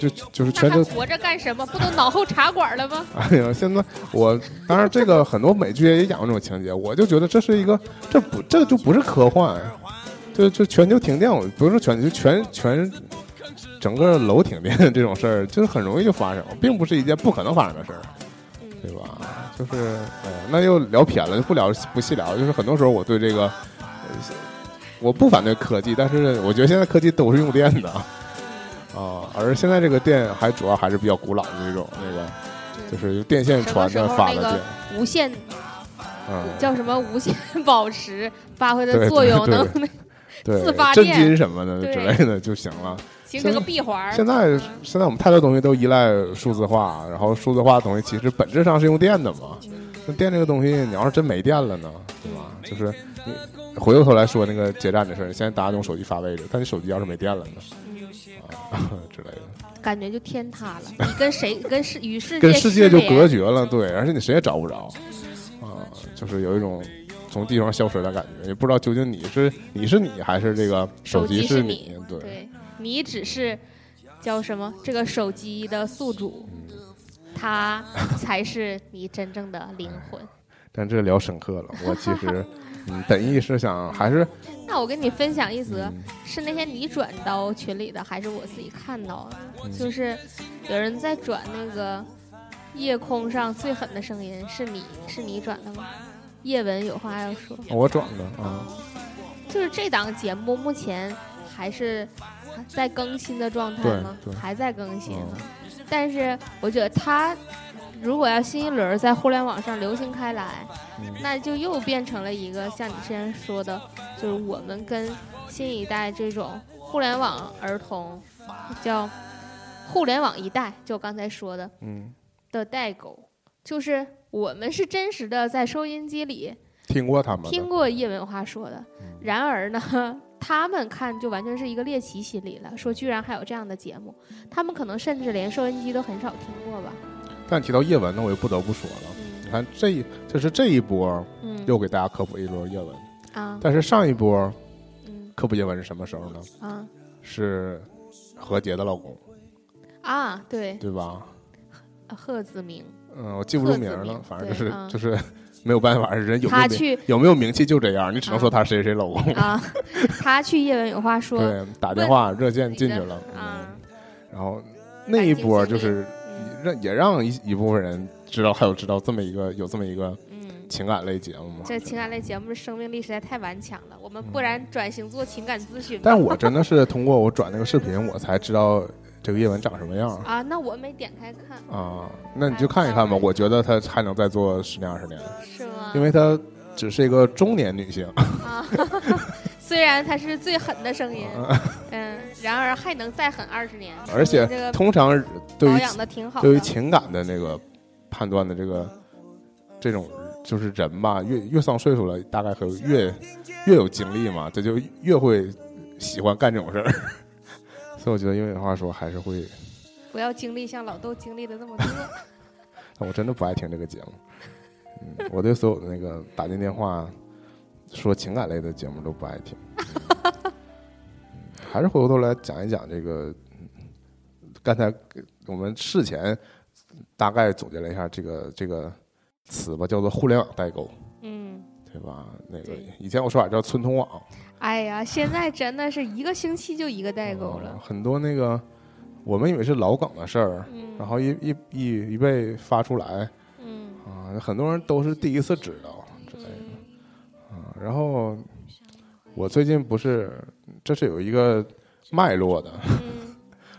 Speaker 1: 就就是
Speaker 2: 那
Speaker 1: 全
Speaker 2: 还
Speaker 1: 球，
Speaker 2: 活着干什么？不都脑后茶馆了吗？
Speaker 1: 哎 呀，现在我当然这个很多美剧也演过这种情节，我就觉得这是一个这不这就不是科幻，就就全球停电，我不是说全球全全整个楼停电这种事儿，就是很容易就发生，并不是一件不可能发生的事儿。对
Speaker 2: 嗯，
Speaker 1: 吧？就是，哎呀，那又聊偏了，就不聊不细聊。就是很多时候我对这个，呃我不反对科技，但是我觉得现在科技都是用电的啊、
Speaker 2: 嗯
Speaker 1: 而现在这个电还主要还是比较古老的那种，那个就是用电线传
Speaker 2: 什么
Speaker 1: 的
Speaker 2: 时候
Speaker 1: 发的
Speaker 2: 那个
Speaker 1: 电，
Speaker 2: 无限
Speaker 1: 嗯，
Speaker 2: 叫什么无限 宝石发挥
Speaker 1: 对
Speaker 2: 的作用
Speaker 1: 对
Speaker 2: 能
Speaker 1: 对
Speaker 2: 自发，
Speaker 1: 真
Speaker 2: 电
Speaker 1: 金什么的
Speaker 2: 对
Speaker 1: 之类的就行了。
Speaker 2: 形成个闭环儿。
Speaker 1: 现在
Speaker 2: 嗯
Speaker 1: 现在我们太多东西都依赖数字化，然后数字化的东西其实本质上是用电的嘛。那电这个东西，你要是真没电了呢，对吧？就是你回过头来说那个结账的事儿，现在大家用手机发位置，但你手机要是没电了呢， 啊之类的，
Speaker 2: 感觉就天塌了， 你跟谁跟世与世界
Speaker 1: 跟世界
Speaker 2: 失
Speaker 1: 就
Speaker 2: 联
Speaker 1: 隔绝了，对，而且你谁也找不着，啊，就是有一种从地上消失的感觉，也不知道究竟你是你是你还是这个手机
Speaker 2: 机是
Speaker 1: 你，对，
Speaker 2: 对你只是叫什么这个手机的宿主，
Speaker 1: 嗯
Speaker 2: 它才是你真正的灵魂。
Speaker 1: 但这聊深刻了，我其实嗯，本意是想还是
Speaker 2: 那我跟你分享一则，
Speaker 1: 嗯
Speaker 2: 是那天你转到群里的，还是我自己看到的？
Speaker 1: 嗯
Speaker 2: 就是有人在转那个夜空上最狠的声音，是你是你转的吗？叶文有话要说。
Speaker 1: 我转的啊，
Speaker 2: 就是这档节目目前还是在更新的状态吗
Speaker 1: 对？对
Speaker 2: 还在更新
Speaker 1: 嗯
Speaker 2: 但是我觉得它如果要新一轮在互联网上流行开来，
Speaker 1: 嗯
Speaker 2: 那就又变成了一个像你之前说的，就是我们跟新一代这种互联网儿童，叫互联网一代，就我刚才说的
Speaker 1: 嗯，
Speaker 2: 的代沟，就是我们是真实的在收音机里
Speaker 1: 听过他们的嗯
Speaker 2: 听过叶文华说的，然而呢。 他们看就完全是一个猎奇心理了，说居然还有这样的节目，他们可能甚至连收音机都很少听过吧。
Speaker 1: 但提到叶文呢，我又不得不说了。你看这一就是这一波
Speaker 2: 嗯，
Speaker 1: 又给大家科普一轮叶文，
Speaker 2: 啊，
Speaker 1: 但是上一波
Speaker 2: 嗯
Speaker 1: 科普叶文是什么时候呢？
Speaker 2: 啊
Speaker 1: 是何洁的老公，
Speaker 2: 啊，对，呃
Speaker 1: 对吧？
Speaker 2: 贺 子明，
Speaker 1: 嗯，我记不住名
Speaker 2: 贺子
Speaker 1: 了，
Speaker 2: 明
Speaker 1: 反正就是
Speaker 2: 对嗯
Speaker 1: 就是 没有办法，人有没
Speaker 2: 他
Speaker 1: 有名
Speaker 2: 去
Speaker 1: 有没有名气就这样，你只能
Speaker 2: 啊
Speaker 1: 说他谁谁老公。
Speaker 2: 啊，他去叶文有话说
Speaker 1: 对，打电话热线进去了，
Speaker 2: 啊
Speaker 1: 嗯，，然后那一波就是
Speaker 2: 嗯
Speaker 1: 让也让一一部分人知道，还有知道这么一个有这么一个
Speaker 2: 嗯，
Speaker 1: 情感类节目嘛。
Speaker 2: 这情感类节目的生命力实在太顽强了，我们不
Speaker 1: 嗯
Speaker 2: 然转型做情感咨询吧。
Speaker 1: 但我真的是通过我转那个视频，我才知道这个叶文长什么样儿
Speaker 2: 啊，那我没点开看，
Speaker 1: 啊。那你就看一
Speaker 2: 嗯
Speaker 1: 看吧，我觉得她还能再做十年二十年，
Speaker 2: 是吗？
Speaker 1: 因为她只是一个中年女性。
Speaker 2: 啊， 虽然他是最狠的声音，嗯，然而还能再狠二十年，说
Speaker 1: 啊 而且
Speaker 2: 明这个
Speaker 1: 通常对
Speaker 2: 呃保
Speaker 1: 于
Speaker 2: 养的挺好的，
Speaker 1: 对于情感的那个判断的这个这种就是人吧，越越上岁数了，大概会越越有精力嘛，这就越会喜欢干这种事儿。 所以我觉得，用你的话说，还是会。
Speaker 2: 不要经历像老豆经历的那么 多。
Speaker 1: 但我真的不爱听这个节目。嗯，我对所有的那个打进电话说情感类的节目都不爱听。嗯还是回过头来讲一讲这个，嗯刚才我们事前大概总结了一下这个这个词吧，叫做互联网代沟，
Speaker 2: 嗯，
Speaker 1: 对吧？那个
Speaker 2: 对
Speaker 1: 以前我说法叫村通网
Speaker 2: 哎呀，现在真的是一个星期就一个代沟
Speaker 1: 嗯
Speaker 2: 了。
Speaker 1: 很多那个我们以为是老梗的事儿，
Speaker 2: 嗯
Speaker 1: 然后一一一一被发出来
Speaker 2: 嗯
Speaker 1: 啊，很多人都是第一次知道之类的。
Speaker 2: 嗯
Speaker 1: 啊，然后我最近不是，这是有一个脉络的。
Speaker 2: 嗯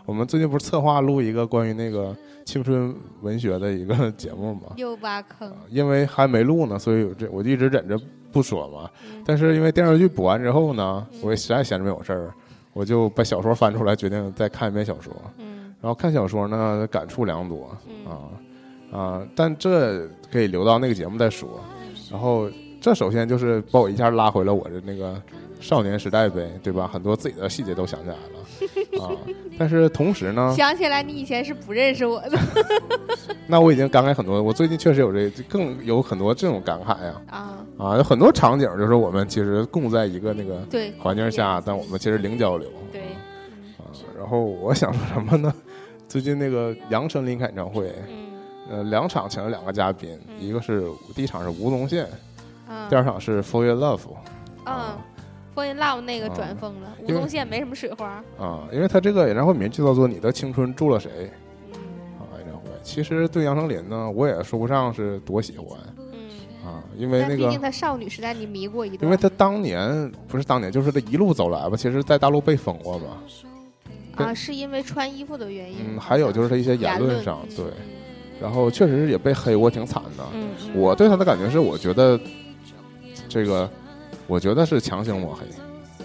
Speaker 1: 我们最近不是策划录一个关于那个青春文学的一个 节目嘛？
Speaker 2: 又挖坑。
Speaker 1: 因为还没录呢，所以我这我就一直忍着不说嘛。
Speaker 2: 嗯
Speaker 1: 但是因为电视剧补完之后呢，我也实在闲着没有事儿，我就把小说翻出来，决定再看一遍小说。
Speaker 2: 嗯
Speaker 1: 然后看小说呢，感触良多
Speaker 2: 嗯
Speaker 1: 啊啊！但这可以留到那个节目再说。然后这首先就是把我一下拉回了我的那个少年时代呗，对吧？很多自己的细节都想起来 了啊。但是同时呢，
Speaker 2: 想起来你以前是不认识我 的
Speaker 1: 那我已经感慨很多，我最近确实有这更有很多这种感慨呀
Speaker 2: 啊，
Speaker 1: 啊，有很多场景就是我们其实共在一个那个
Speaker 2: 对，
Speaker 1: 环境下，嗯但我们其实零交流。
Speaker 2: 对，
Speaker 1: 啊，然后我想说什么呢？最近那个杨丞琳开演唱会，
Speaker 2: 嗯
Speaker 1: 呃，两场请了两个嘉宾，
Speaker 2: 嗯
Speaker 1: 一个是第一场是吴宗宪，
Speaker 2: 啊
Speaker 1: 第二场是 For Your Love
Speaker 2: 嗯，风云 love 那个转疯了，吴
Speaker 1: 哦因为
Speaker 2: 宗宪没什么水花，
Speaker 1: 啊，因为他这个演唱会名就叫做《你的青春住了谁》
Speaker 2: 嗯
Speaker 1: 啊，演唱会。其实对杨丞琳呢，我也说不上是多喜欢
Speaker 2: 嗯，
Speaker 1: 啊，因为
Speaker 2: 但
Speaker 1: 那
Speaker 2: 毕竟
Speaker 1: 个，
Speaker 2: 他少女时代你迷过一
Speaker 1: 因
Speaker 2: 段
Speaker 1: 为，他当年不是当年，就是他一路走来吧，其实在大陆被封过吧，
Speaker 2: 啊，是因为穿衣服的原因，
Speaker 1: 嗯，还有就是他一些言
Speaker 2: 言
Speaker 1: 论
Speaker 2: 论
Speaker 1: 上对，然后确实也被黑过，挺惨的。
Speaker 2: 嗯，嗯
Speaker 1: 我对他的感觉是，我觉得这个，我觉得是强行抹黑，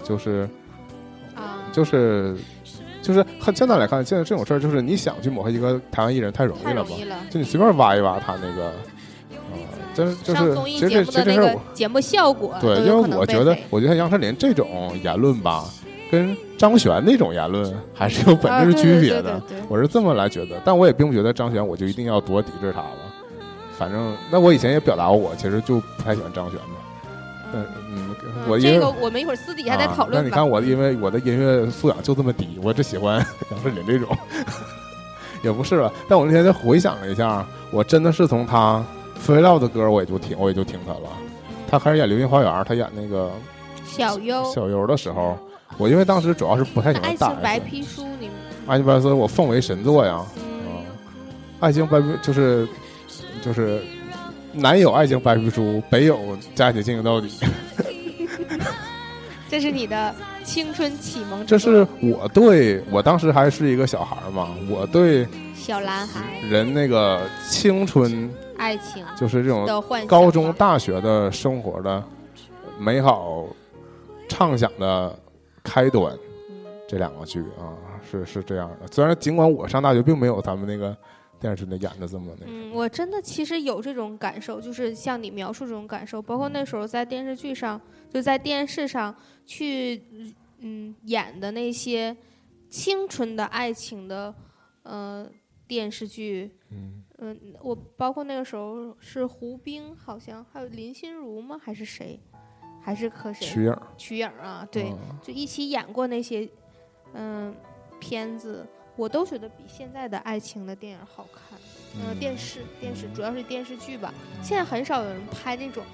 Speaker 1: 就是
Speaker 2: 啊，
Speaker 1: 就是就是很现在来看，现在这种事儿就是你想去抹黑一个台湾艺人太容
Speaker 2: 太
Speaker 1: 易了
Speaker 2: 容
Speaker 1: 吧？
Speaker 2: 易了。
Speaker 1: 就你随便挖一挖他那个，啊、真就
Speaker 2: 上
Speaker 1: 是
Speaker 2: 综艺
Speaker 1: 其实这
Speaker 2: 节目
Speaker 1: 其实
Speaker 2: 的
Speaker 1: 这
Speaker 2: 那
Speaker 1: 事儿
Speaker 2: 个
Speaker 1: 我
Speaker 2: 节目效果都
Speaker 1: 对，因
Speaker 2: 有可
Speaker 1: 为
Speaker 2: 能
Speaker 1: 我
Speaker 2: 被
Speaker 1: 觉得
Speaker 2: 黑
Speaker 1: 我觉得杨丞琳这种言论吧，跟张悬那种言论还是有
Speaker 2: 啊
Speaker 1: 本质
Speaker 2: 对
Speaker 1: 区
Speaker 2: 对
Speaker 1: 别的。
Speaker 2: 对对对
Speaker 1: 我是这么来觉得，但我也并不觉得张悬我就一定要多抵制他吧。反正那我以前也表达过，我其实就不太喜欢张悬嘛。但
Speaker 2: 嗯
Speaker 1: 嗯，
Speaker 2: 嗯
Speaker 1: 我因
Speaker 2: 这
Speaker 1: 为
Speaker 2: 个我们一会儿私底下再讨
Speaker 1: 啊。那
Speaker 2: 论
Speaker 1: 你
Speaker 2: 吧
Speaker 1: 看。我，因为我的音乐素养就这么低，我只喜欢 杨丞琳这种，也不是了。但我那天就回想了一下，我真的是从他《Free Love》的歌，我也就听，我也就听他了。他开始演《流星花园》，他演那个
Speaker 2: 小优，
Speaker 1: 小优的时候，我因为当时主要是不太喜
Speaker 2: 那哦爱
Speaker 1: 欢大
Speaker 2: 情白
Speaker 1: S，
Speaker 2: 皮书，你们
Speaker 1: 爱情白皮书我奉为神作呀。
Speaker 2: 嗯
Speaker 1: 啊，爱情白皮就是就是南有爱情白皮书，北有家庭进行到底。
Speaker 2: 这是你的青春启蒙之
Speaker 1: 这
Speaker 2: 歌，
Speaker 1: 是我对我当时还是一个小孩儿嘛，我对
Speaker 2: 小男孩
Speaker 1: 人那个青春，
Speaker 2: 爱情
Speaker 1: 就是这种
Speaker 2: 的幻想吧。
Speaker 1: 高中、大学的生活的美好畅想的开端，
Speaker 2: 嗯
Speaker 1: 这两个剧啊，是是这样的。虽然尽管我上大学并没有咱们那个电视剧里演的这么那个，
Speaker 2: 嗯，我真的其实有这种感受，就是像你描述这种感受，包括
Speaker 1: 嗯
Speaker 2: 那时候在电视剧上，就在电视上去嗯演的那些青春的爱情的呃电视剧，
Speaker 1: 嗯，
Speaker 2: 嗯、我包括那个时候是胡兵，好像还有林心如吗？还是谁？还是和谁？
Speaker 1: 曲影儿
Speaker 2: 瞿颖啊，对，
Speaker 1: 嗯
Speaker 2: 就一起演过那些嗯片子，我都觉得比现在的爱情的电影好看。
Speaker 1: 嗯
Speaker 2: 呃，电视电视主要是电视剧吧，现在很少有人拍那种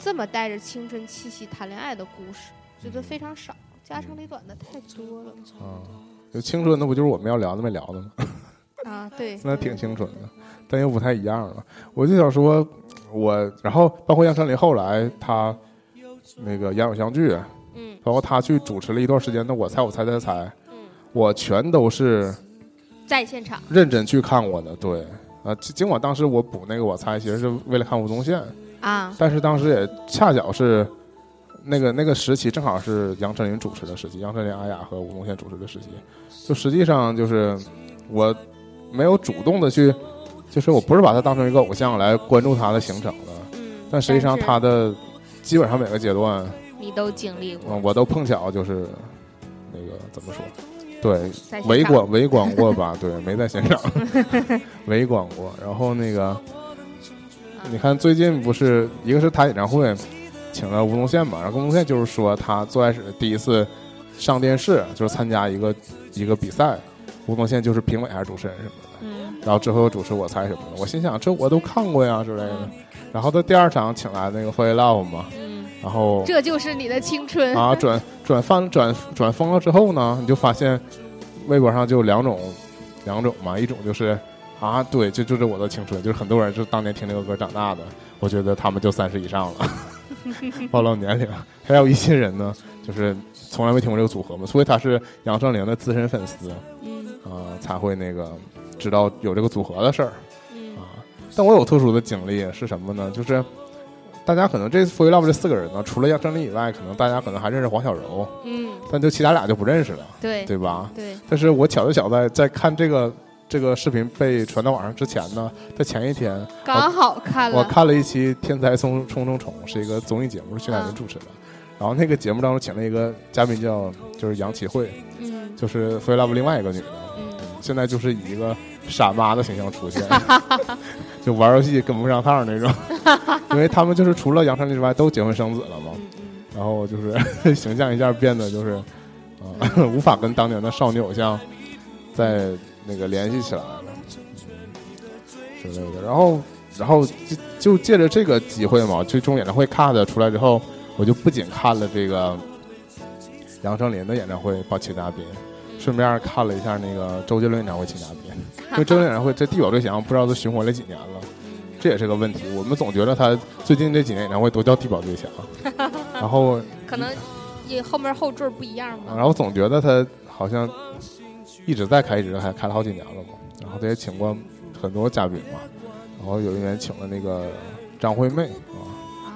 Speaker 2: 这么带着青春气息谈恋爱的故事，觉得非常少，家长里短的太多了
Speaker 1: 啊，就青春的不就是我们要聊的没聊的吗？
Speaker 2: 啊。对，
Speaker 1: 那挺清纯的，但又不太一样了。我就想说，我然后包括杨丞琳后来她那个演偶像剧，
Speaker 2: 嗯
Speaker 1: 包括她去主持了一段时间的《我猜我猜猜猜》，
Speaker 2: 嗯，
Speaker 1: 我全都是
Speaker 2: 在现场，
Speaker 1: 认真去看过的。对，啊，尽尽管当时我补那个我猜，其实是为了看吴宗宪，
Speaker 2: 啊，
Speaker 1: 但是当时也恰巧是那个那个时期，正好是杨丞琳主持的时期，杨丞琳、阿雅和吴宗宪主持的时期。就实际上就是我没有主动的去，就是我不是把他当成一个偶像来关注他的行程的，
Speaker 2: 嗯，
Speaker 1: 但实际上
Speaker 2: 是
Speaker 1: 他的基本上每个阶段，
Speaker 2: 你都经历过
Speaker 1: 嗯，我都碰巧就是那个怎么说，对，
Speaker 2: 在现
Speaker 1: 围
Speaker 2: 场
Speaker 1: 观围观过吧？对，没在现场 围观过。然后那个，你看最近不是一个是他演唱会，请了吴宗宪嘛，然后吴宗宪就是说他最开始第一次上电视就是参加一个一个比赛，吴宗宪就是评委还是主持人什么的。
Speaker 2: 嗯
Speaker 1: 然后之后又主持我猜什么的，我心想这我都看过呀之类的。然后他第二场请来那个《Holy Love》嘛，
Speaker 2: 嗯，
Speaker 1: 然后
Speaker 2: 这就是你的青 春
Speaker 1: 啊，转转翻转转疯了之后呢，你就发现微博上就两种两种嘛，一种就是啊，对，这就是我的青春，就是很多人就是当年听这个歌长大的，我觉得他们就三十以上了， 暴露年龄。还有一些人呢，就是从来没听过这个组合嘛，除非他是杨丞琳的资深粉丝
Speaker 2: 嗯
Speaker 1: 啊、才会那个知道有这个组合的事儿。
Speaker 2: 嗯
Speaker 1: 啊。但我有特殊的经历是什么呢？就是大家可能这 For You Love 这四个人呢，除了杨丞琳以外，可能大家可能还认识黄小柔，
Speaker 2: 嗯，
Speaker 1: 但就其他俩就不认识了，
Speaker 2: 对
Speaker 1: 对吧？
Speaker 2: 对，
Speaker 1: 但是我巧就巧在在看这个这个视频被传到网上之前呢，在前一天
Speaker 2: 刚好看
Speaker 1: 我
Speaker 2: 了，
Speaker 1: 看了一期《天才冲冲冲冲》，是一个综艺节目，是徐乃麟主持
Speaker 2: 啊
Speaker 1: 的。然后那个节目当中请了一个嘉宾叫就是杨启慧，
Speaker 2: 嗯
Speaker 1: 就是 For You Love 另外一个女的，
Speaker 2: 嗯。
Speaker 1: 现在就是以一个傻妈的形象 出现，就玩游戏跟不上趟那种。因为他们就是除了杨丞琳之外都结婚生子了嘛，
Speaker 2: 嗯嗯
Speaker 1: 然后就是 形象一下变得就是啊、 无法跟当年的少女偶像再那个联系起来了之类的。然后，然后就就借着这个机会嘛，最终演唱会 cut 出来之后，我就不仅看了这个杨丞琳的演唱会报请嘉宾，顺便看了一下那个周杰伦演唱会请嘉宾，因为周杰伦演唱会这地表最强，不知道都巡回了几年了。这也是个问题，我们总觉得他最近这几年演唱会都叫地表最强， 然后
Speaker 2: 可能也后面后缀儿不一样嘛。
Speaker 1: 然后总觉得他好像一直在开，一直在开，开了好几年了嘛。然后他也请过很多嘉宾嘛。然后有一年请了那个张惠妹啊，
Speaker 2: 啊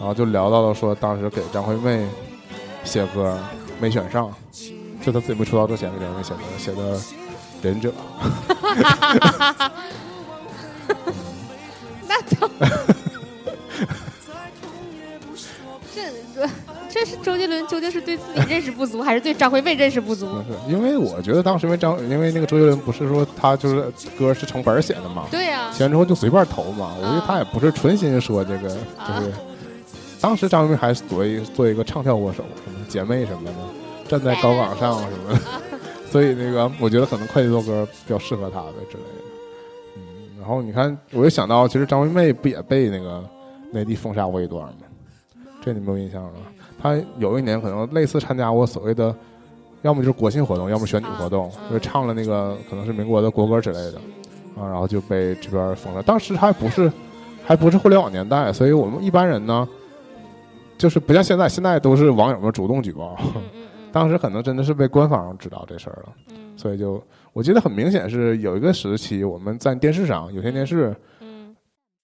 Speaker 1: 然后就聊到了说当时给张惠妹写歌没选上，就他自己没出道之前给张惠妹写歌，写的《忍者》。
Speaker 2: 那都这这这是周杰伦究竟是对自己认识不足，还是对张惠妹认识不
Speaker 1: 不
Speaker 2: 足？
Speaker 1: 是，因为我觉得当时因为张，因为那个周杰伦不是说他就是歌是成本儿写的嘛，
Speaker 2: 对呀、
Speaker 1: 写完之后就随便投嘛。我觉得他也不是纯心说这个，
Speaker 2: 啊
Speaker 1: 就是当时张惠妹还是作为做一个唱跳歌手，什么姐妹什么的，站在高岗上什么的，
Speaker 2: 哎
Speaker 1: 所以那个我觉得可能快节奏歌比较适合她呗之类的。嗯，然后你看，我就想到，其实张惠妹不也被那个内地封杀过一段吗？这你没有印象了？她有一年可能类似参加过所谓的，要么就是国庆活动，要么选举活动，
Speaker 2: 啊嗯
Speaker 1: 就是唱了那个可能是民国的国歌之类的。啊，然后就被这边封了。当时还不是，还不是互联网年代，所以我们一般人呢，就是不像现在，现在都是网友们主动举报，
Speaker 2: 嗯嗯嗯，
Speaker 1: 当时可能真的是被官方知道这事儿了，
Speaker 2: 嗯
Speaker 1: 所以就我记得很明显是有一个时期，我们在电视上有线电视
Speaker 2: 嗯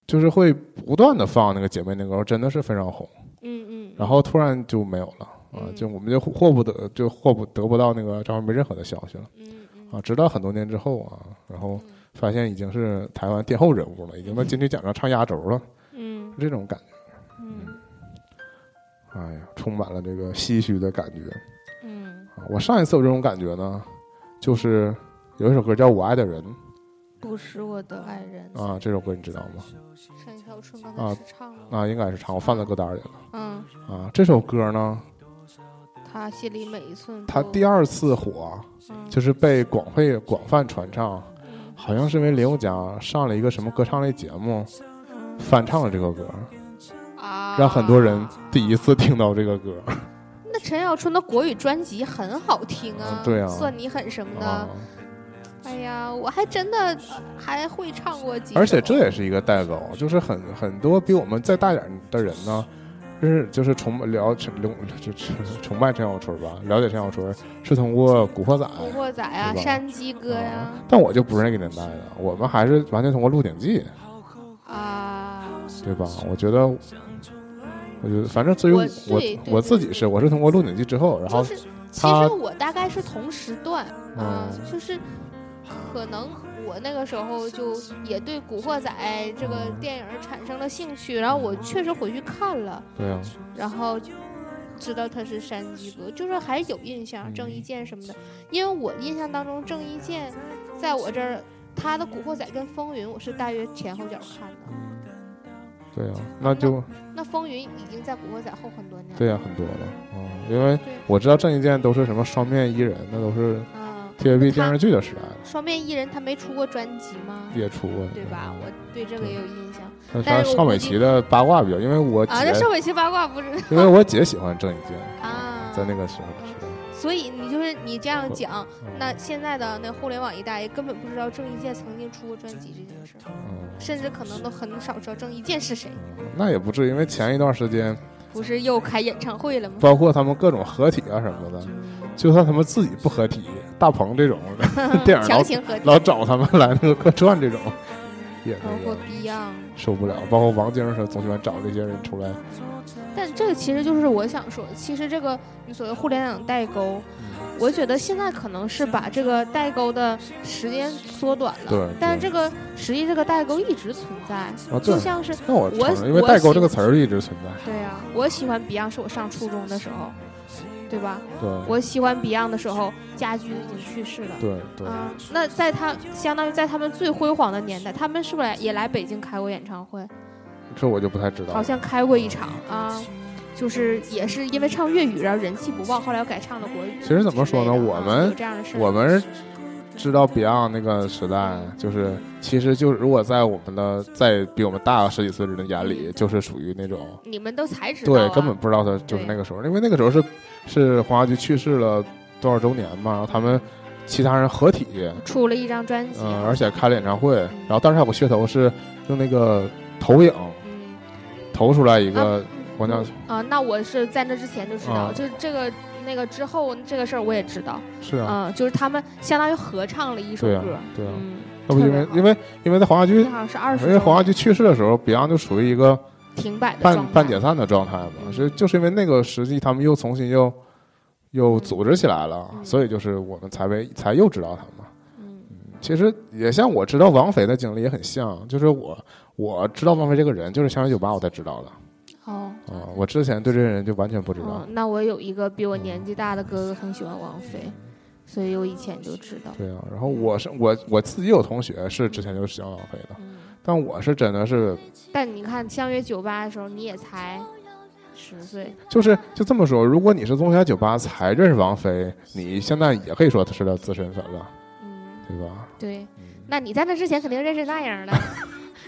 Speaker 1: 就是会不断的放那个《姐妹那歌》，真的是非常红，
Speaker 2: 嗯嗯，
Speaker 1: 然后突然就没有了啊，
Speaker 2: 嗯
Speaker 1: 就我们就获不得就获不得不到那个张惠妹任何的消息了
Speaker 2: 嗯嗯
Speaker 1: 啊，直到很多年之后啊，然后发现已经是台湾天后人物了，已经在金曲奖上唱压轴了，
Speaker 2: 嗯
Speaker 1: 是这种感觉。
Speaker 2: 嗯
Speaker 1: 哎呀，充满了这个唏嘘的感觉
Speaker 2: 嗯，
Speaker 1: 啊！我上一次有这种感觉呢，就是有一首歌叫《我爱的人
Speaker 2: 不是我的爱人》，
Speaker 1: 啊，这首歌你知道吗？
Speaker 2: 单小春刚
Speaker 1: 啊
Speaker 2: 才是唱了，
Speaker 1: 啊，应该是唱我放在歌单里了
Speaker 2: 嗯，
Speaker 1: 啊。这首歌呢，
Speaker 2: 他心里每一寸都，
Speaker 1: 它第二次火
Speaker 2: 嗯
Speaker 1: 就是被广会广泛传唱，
Speaker 2: 嗯
Speaker 1: 好像是因为林宥嘉上了一个什么歌唱类节目，
Speaker 2: 嗯
Speaker 1: 翻唱了这个歌，
Speaker 2: 啊，
Speaker 1: 让很多人第一次听到这个歌
Speaker 2: 那陈小春的国语专辑很好听
Speaker 1: 啊，
Speaker 2: 啊
Speaker 1: 对啊
Speaker 2: 算你狠什么
Speaker 1: 啊
Speaker 2: 的。。哎呀，我还真的呃还会唱过几首，
Speaker 1: 而且这也是一个代沟，就是很很多比我们再大点儿的人呢，就是就是崇了解了就崇拜陈小春吧，了解陈小春是通过《古惑仔》
Speaker 2: 《古惑仔》啊，
Speaker 1: 是吧
Speaker 2: 《山鸡哥》呀
Speaker 1: 啊，但我就不是那个年代的，我们还是完全通过《鹿鼎记嗯
Speaker 2: 啊，》，
Speaker 1: 对吧？我觉得，我觉得反正对于
Speaker 2: 我
Speaker 1: 我
Speaker 2: 对
Speaker 1: 我
Speaker 2: 对对
Speaker 1: 自己是，我是通过《鹿鼎记》之后，然后
Speaker 2: 就是其
Speaker 1: 他
Speaker 2: 实我大概是同时段啊，
Speaker 1: 嗯
Speaker 2: 就是可能我那个时候就也对《古惑仔》这个电影产生了兴趣，然后我确实回去看了，
Speaker 1: 对啊，
Speaker 2: 然后知道他是山鸡哥，就是还有印象，
Speaker 1: 嗯
Speaker 2: 郑伊健什么的。因为我印象当中，郑伊健在我这儿，他的《古惑仔》跟《风云》，我是大约前后脚看的。
Speaker 1: 对啊，那就
Speaker 2: 那《风云》已经在《古惑仔》后很多年了。
Speaker 1: 对啊，很多了啊、因为
Speaker 2: 对
Speaker 1: 我知道郑伊健都是什么双面伊人，那都是
Speaker 2: 啊，
Speaker 1: TVB 电视剧的时代了，
Speaker 2: 双面艺人他没出过专辑吗？
Speaker 1: 也出过
Speaker 2: 对吧？我对这个也有印象
Speaker 1: 那
Speaker 2: 但
Speaker 1: 啥，
Speaker 2: 是我
Speaker 1: 邵
Speaker 2: 估
Speaker 1: 美
Speaker 2: 计
Speaker 1: 琪的八卦比较，因为我姐，
Speaker 2: 啊。那上尾期八卦不是
Speaker 1: 因为我姐喜欢郑伊健，
Speaker 2: 啊？
Speaker 1: 在那个时候的时代，
Speaker 2: 所以你就是你这样讲，
Speaker 1: 嗯
Speaker 2: 那现在的那互联网一代根本不知道郑伊健曾经出过专辑这件事儿。
Speaker 1: 嗯，
Speaker 2: 甚至可能都很少知道郑伊健是谁。
Speaker 1: 那也不至于，因为前一段时间，
Speaker 2: 不是又开演唱会了吗？
Speaker 1: 包括他们各种合体啊什么的，就算他们自己不合体，大鹏这种 电影
Speaker 2: 强
Speaker 1: 老
Speaker 2: 行合体，
Speaker 1: 老找他们来那个客串这种，也
Speaker 2: 包
Speaker 1: 那
Speaker 2: 括
Speaker 1: 个
Speaker 2: Beyond。
Speaker 1: 受不了，包括王晶是总喜欢找这些人出来，
Speaker 2: 但这个其实就是我想说，其实这个你所谓互联网代沟，我觉得现在可能是把这个代沟的时间缩短了，
Speaker 1: 对
Speaker 2: 但是
Speaker 1: 对
Speaker 2: 这个实际这个代沟一直存在，
Speaker 1: 啊对
Speaker 2: 就。像是
Speaker 1: 那我
Speaker 2: 我
Speaker 1: 承认，因为
Speaker 2: 我
Speaker 1: 代沟
Speaker 2: 喜
Speaker 1: 这个词儿一直存在，
Speaker 2: 对啊，我喜欢 Beyond 是我上初中的时候，对吧？
Speaker 1: 对
Speaker 2: 我喜欢 Beyond 的时候，家驹已经去世了。
Speaker 1: 对对，
Speaker 2: 啊，那在他相当于在他们最辉煌的年代，他们是不是也来北京开过演唱会？
Speaker 1: 这我就不太知道
Speaker 2: 好
Speaker 1: 了。
Speaker 2: 像开过一场啊，就是也是因为唱粤语，然后人气不旺，后来又改唱了国语之类的啊。
Speaker 1: 其实怎么说呢我们
Speaker 2: 有这样的事儿，
Speaker 1: 我们知道 Beyond 那个时代，就是其实就是如果在我们的在比我们大十几岁的人眼里，就是属于那种
Speaker 2: 你们都才知道、啊，
Speaker 1: 对根本不知道他就是那个时候，因为那个时候是是黄家驹去世了多少周年嘛，然后他们其他人合体，
Speaker 2: 出了一张专辑，
Speaker 1: 嗯，而且开了演唱会，然后当时还有个噱头是用那个投影
Speaker 2: 嗯
Speaker 1: 投出来一个黄家驹，
Speaker 2: 啊，那我是在那之前就知道，
Speaker 1: 啊
Speaker 2: 就是这个那个之后这个事儿我也知道，
Speaker 1: 是啊，
Speaker 2: 嗯，就是他们相当于合唱了一首
Speaker 1: 对啊
Speaker 2: 歌，，
Speaker 1: 对啊，
Speaker 2: 嗯，
Speaker 1: 那不因为因为因为在黄家驹
Speaker 2: 那。好像是二十，
Speaker 1: 因为黄家驹去世的时候，Beyond 就处于一个
Speaker 2: 停摆的
Speaker 1: 半
Speaker 2: 状态嗯
Speaker 1: 半解散的状态嘛，所以就是因为那个时期，他们又重新又又组织起来了，
Speaker 2: 嗯
Speaker 1: 所以就是我们才被才又知道他们嘛。
Speaker 2: 嗯
Speaker 1: 其实也像我知道王菲的经历也很像，就是我我知道王菲这个人，就是《相约酒吧》我才知道的
Speaker 2: 哦。
Speaker 1: 啊、我之前对这个人就完全不知道嗯
Speaker 2: 嗯，。那我有一个比我年纪大的哥哥很喜欢王菲，所以我以前就知道。
Speaker 1: 对啊，然后我是我我自己有同学是之前就喜欢王菲的，
Speaker 2: 嗯，
Speaker 1: 但我是真的是
Speaker 2: 但你看相约酒吧的时候，你也才十岁，
Speaker 1: 就是就这么说，如果你是从小酒吧才认识王菲，你现在也可以说她是她资深粉了，
Speaker 2: 嗯，
Speaker 1: 对吧？
Speaker 2: 对。那你在那之前肯定认识那 样的。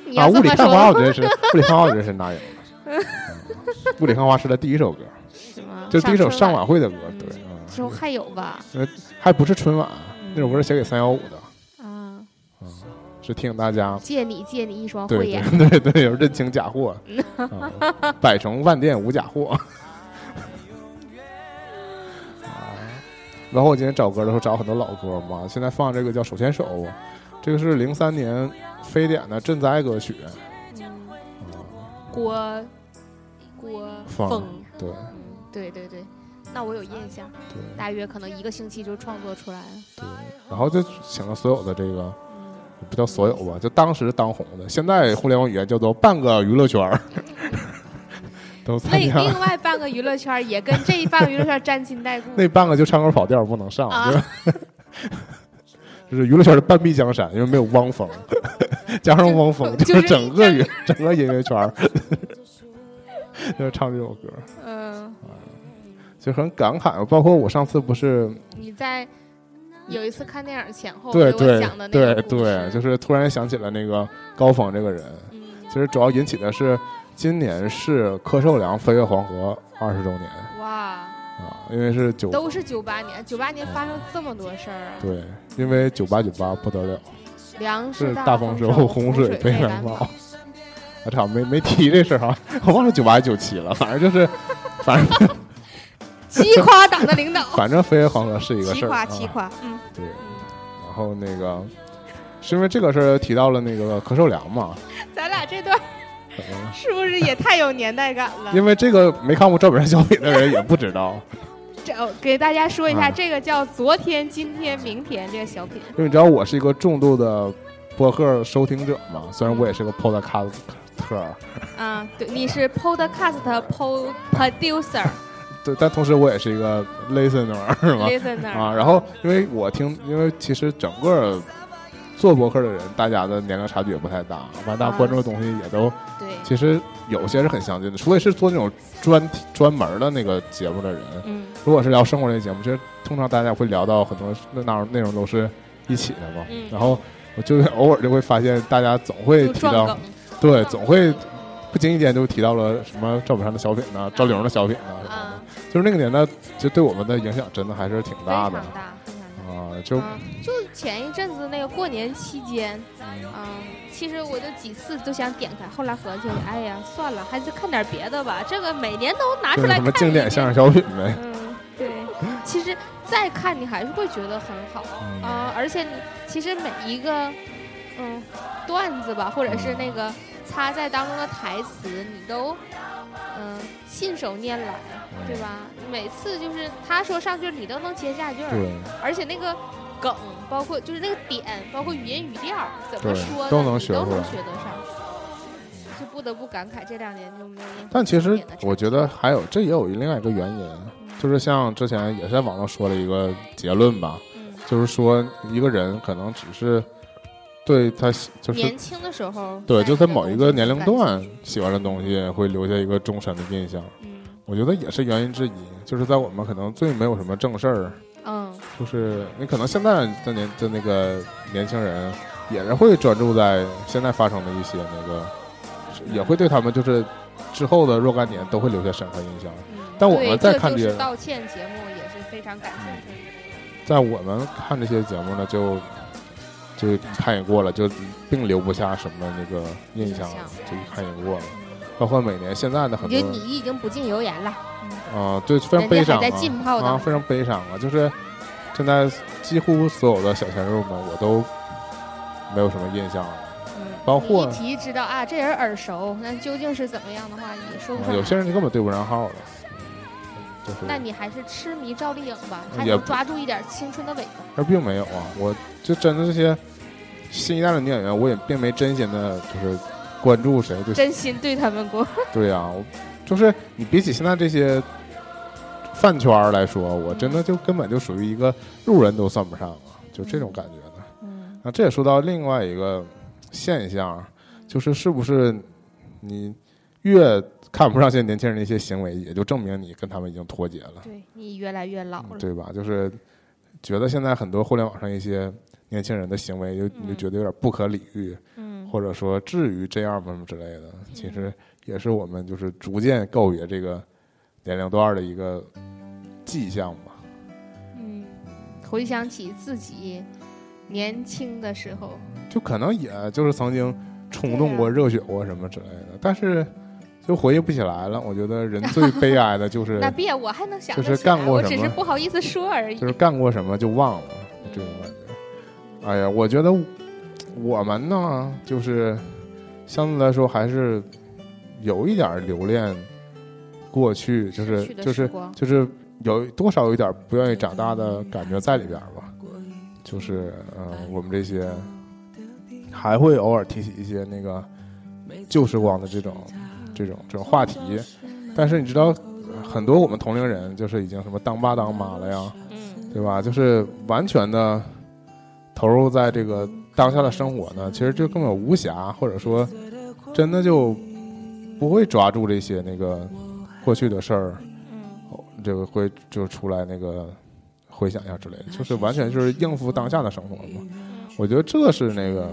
Speaker 2: 你
Speaker 1: 嗯啊，
Speaker 2: 要
Speaker 1: 雾
Speaker 2: 这
Speaker 1: 里
Speaker 2: 么
Speaker 1: 看花，我
Speaker 2: 说
Speaker 1: 觉 得是雾里看花，我觉得是哪有的。嗯雾里看花是他第一首歌，
Speaker 2: 是吗？
Speaker 1: 就是第一首上
Speaker 2: 晚
Speaker 1: 晚会的歌，
Speaker 2: 嗯
Speaker 1: 对啊，
Speaker 2: 之后还有吧？
Speaker 1: 还不是春晚啊
Speaker 2: 嗯，
Speaker 1: 那首歌是写给三幺五的，嗯
Speaker 2: 啊，
Speaker 1: 是提醒大家，
Speaker 2: 借你借你一双慧
Speaker 1: 对
Speaker 2: 眼。
Speaker 1: 对对对，有认清假 货，嗯啊百城万店无假货。啊然后我今天找歌的时候找很多老歌嘛，现在放这个叫《手牵手》，这个是零三年非典的赈灾歌曲，
Speaker 2: 嗯，
Speaker 1: 啊，
Speaker 2: 郭郭
Speaker 1: 放
Speaker 2: 峰，
Speaker 1: 对
Speaker 2: 嗯对对对，那我有印象，
Speaker 1: 对
Speaker 2: 大约可能一个星期就创作出 来了。
Speaker 1: 对，然后就请了所有的这个
Speaker 2: 嗯，
Speaker 1: 不叫所有吧，就当时当红的，现在互联网语言叫做半个娱乐圈儿， 都参
Speaker 2: 另
Speaker 1: 加
Speaker 2: 另外半个娱乐圈儿也跟这一半个娱乐圈儿沾亲带故
Speaker 1: 。那半个就唱歌跑调儿不能上，
Speaker 2: 啊
Speaker 1: 就是 就是娱乐圈的半壁江山，因为没有汪峰， 加上汪峰
Speaker 2: 就
Speaker 1: 就是是整个娱整个音乐圈儿 就是唱这首歌，
Speaker 2: 嗯，
Speaker 1: 就很感慨。包括我上次不是
Speaker 2: 你在有一次看电影前后
Speaker 1: 对
Speaker 2: 给哦我
Speaker 1: 对
Speaker 2: 讲的那
Speaker 1: 对
Speaker 2: 个故
Speaker 1: 对，
Speaker 2: 事，
Speaker 1: 就是突然想起了那个高峰这个人，
Speaker 2: 嗯，
Speaker 1: 其实主要引起的是今年是柯受良飞越黄河二十周年
Speaker 2: 哇，
Speaker 1: 啊，因为是九
Speaker 2: 都是九八年，九八年发生这么多事儿啊，
Speaker 1: 对，因为九八九八不得了，
Speaker 2: 粮
Speaker 1: 是
Speaker 2: 食
Speaker 1: 大丰
Speaker 2: 丰
Speaker 1: 收，
Speaker 2: 收，
Speaker 1: 洪
Speaker 2: 水
Speaker 1: 被
Speaker 2: 蓝
Speaker 1: 感冒。我操，没没提这事儿啊， 我忘了九八九七了，反正就是， 反正，
Speaker 2: 击垮党的领导
Speaker 1: 反正飞越黄河是一个
Speaker 2: 击
Speaker 1: 事儿，
Speaker 2: 垮
Speaker 1: 啊，
Speaker 2: 击垮，嗯
Speaker 1: 对，
Speaker 2: 嗯，
Speaker 1: 然后那个是因为这个事儿提到了那个柯受良嘛，
Speaker 2: 咱俩这段
Speaker 1: 嗯
Speaker 2: 是不是也太有年代感了？
Speaker 1: 因为这个没看过赵本山小品的人也不知道。
Speaker 2: 这哦给大家说一下，
Speaker 1: 啊
Speaker 2: 这个叫昨天、今天、明天这个小品，
Speaker 1: 因为你知道我是一个重度的播客收听者嘛，虽然我也是个 podcast 特，
Speaker 2: 啊，对，你是 podcast po- producer
Speaker 1: 对，但同时我也是一个 listener 是吗？
Speaker 2: listener，
Speaker 1: 啊，然后因为我听，因为其实整个做播客的人，大家的年龄差距也不太大，完大家
Speaker 2: 啊
Speaker 1: 关注的东西也都
Speaker 2: 对，
Speaker 1: 其实有些是很相近的，除非是做那种专题专门的那个节目的人，
Speaker 2: 嗯，
Speaker 1: 如果是聊生活类节目，其实通常大家会聊到很多内容内容都是一起的嘛，
Speaker 2: 嗯
Speaker 1: 然后我就 偶尔就会发现大家总会
Speaker 2: 就
Speaker 1: 提
Speaker 2: 撞
Speaker 1: 到。
Speaker 2: 梗，
Speaker 1: 对，总会不经意间就提到了什么赵本山的小品呐、赵丽蓉的小品呐、什么
Speaker 2: 啊，
Speaker 1: 的，就是那个年代，就对我们的影响真的还是挺
Speaker 2: 非
Speaker 1: 大
Speaker 2: 常
Speaker 1: 的
Speaker 2: 大，非常大。
Speaker 1: 啊。就
Speaker 2: 啊，就前一阵子那个过年期间，
Speaker 1: 嗯
Speaker 2: 啊，其实我就几次都想点开，后来合计，哎呀，算了，还是看点别的吧。这个每年都拿
Speaker 1: 就是
Speaker 2: 出来
Speaker 1: 什
Speaker 2: 看
Speaker 1: 么
Speaker 2: 一
Speaker 1: 经典相
Speaker 2: 遍
Speaker 1: 声小品呗，
Speaker 2: 嗯，对，其实再看你还是会觉得很好
Speaker 1: 嗯
Speaker 2: 啊、而且你其实每一个嗯段子吧，或者是那个嗯插在当中的台词，你都嗯信手拈来，
Speaker 1: 嗯
Speaker 2: 对吧？每次就是他说上句儿，你都能接下句儿，
Speaker 1: 对
Speaker 2: 而且那个梗，包括就是那个点，包括语音语调怎
Speaker 1: 对
Speaker 2: 么说的
Speaker 1: 都能
Speaker 2: 你
Speaker 1: 学
Speaker 2: 都
Speaker 1: 会
Speaker 2: 能学得上。就不得不感慨，这两年就没有那种
Speaker 1: 但其实
Speaker 2: 经典的嗯
Speaker 1: 我觉得还有这也有另外一个原因，就是像之前也是在网上说了一个结论吧，
Speaker 2: 嗯，
Speaker 1: 就是说一个人可能只是对他喜就是
Speaker 2: 年轻的时候，
Speaker 1: 对，
Speaker 2: 在
Speaker 1: 就在某一个年龄
Speaker 2: 感情
Speaker 1: 段喜欢的东西会留下一个终身的印象。
Speaker 2: 嗯
Speaker 1: 我觉得也是原因之一，就是在我们可能最没有什么正事儿，
Speaker 2: 嗯
Speaker 1: 就是你可能现在的年的那个年轻人也是会专注在现在发生的一些那个，是也会对他们就是之后的若干年都会留下深刻印象。
Speaker 2: 嗯
Speaker 1: 但我们
Speaker 2: 对
Speaker 1: 再
Speaker 2: 这
Speaker 1: 看
Speaker 2: 就
Speaker 1: 这
Speaker 2: 是
Speaker 1: 个
Speaker 2: 道歉节目也是非常感兴趣
Speaker 1: 在我们看这些节目呢，就就一看也过了，就并留不下什么那个印象
Speaker 2: 印象，
Speaker 1: 就一看也过了。包括每年现在的
Speaker 2: 的。
Speaker 1: 很
Speaker 2: 我
Speaker 1: 多
Speaker 2: 觉得你已经不进油盐了，
Speaker 1: 啊，对，非常悲伤、啊，
Speaker 2: 人家还在浸泡当中
Speaker 1: 啊，非常悲伤啊！就是现在几乎所有的小鲜肉们，我都没有什么印象了。
Speaker 2: 嗯，
Speaker 1: 包括
Speaker 2: 你一提知道啊，这人耳熟，那究竟是怎么样的话也说不
Speaker 1: 啊
Speaker 2: 上来。
Speaker 1: 有些人就根本对不上号了，就是，
Speaker 2: 那你还是痴迷赵丽颖吧，
Speaker 1: 也
Speaker 2: 还能抓住一点青春的尾巴。
Speaker 1: 而并没有啊！我就真的这些新一代的女演员，我也并没真心的，就是关注谁，对
Speaker 2: 真心对他们 过，
Speaker 1: 对呀、我就是你比起现在这些饭圈儿来说，我真的就根本就属于一个路人都算不上啊，就这种感觉呢。
Speaker 2: 嗯，
Speaker 1: 那这也说到另外一个现象，啊就是是不是你越看不上现在年轻人的一些行为，也就证明你跟他们已经脱节了，
Speaker 2: 对你越来越老了。
Speaker 1: 嗯对吧？就是觉得现在很多互联网上一些年轻人的行为，就你就
Speaker 2: 嗯
Speaker 1: 觉得有点不可理喻，
Speaker 2: 嗯，
Speaker 1: 或者说至于这样吗什么之类的，其实也是我们就是逐渐告别这个年龄段儿的一个迹象吧。
Speaker 2: 嗯，回想起自己年轻的时候，
Speaker 1: 就可能也就是曾经冲动过、热血过什么之类的，但是就回忆不起来了。我觉得人最悲哀的就是
Speaker 2: 那别我还能想
Speaker 1: 就
Speaker 2: 得
Speaker 1: 是
Speaker 2: 起来
Speaker 1: 干过
Speaker 2: 我
Speaker 1: 什
Speaker 2: 只是
Speaker 1: 么
Speaker 2: 不好意思说而 已。
Speaker 1: 就是干过什么就忘了这种感觉。哎呀，我觉得我们呢，就是相对来说还是有一点儿留恋过去，就是
Speaker 2: 去的
Speaker 1: 就
Speaker 2: 时
Speaker 1: 是
Speaker 2: 光
Speaker 1: 就是有多少有一点儿不愿意长大的感觉在里边儿吧。就是呃，我们这些还会偶尔提起一些那个旧时光的这种这种这种话题，但是你知道。很多我们同龄人就是已经什么当爸当妈了呀，
Speaker 2: 嗯，
Speaker 1: 对吧？就是完全的投入在这个当下的生活呢，其实就根本无暇，或者说真的就不会抓住这些那个过去的事儿，
Speaker 2: 嗯，
Speaker 1: 这个会就出来那个回想一下之类的，就是完全就是应付当下的生活嘛。我觉得这是那个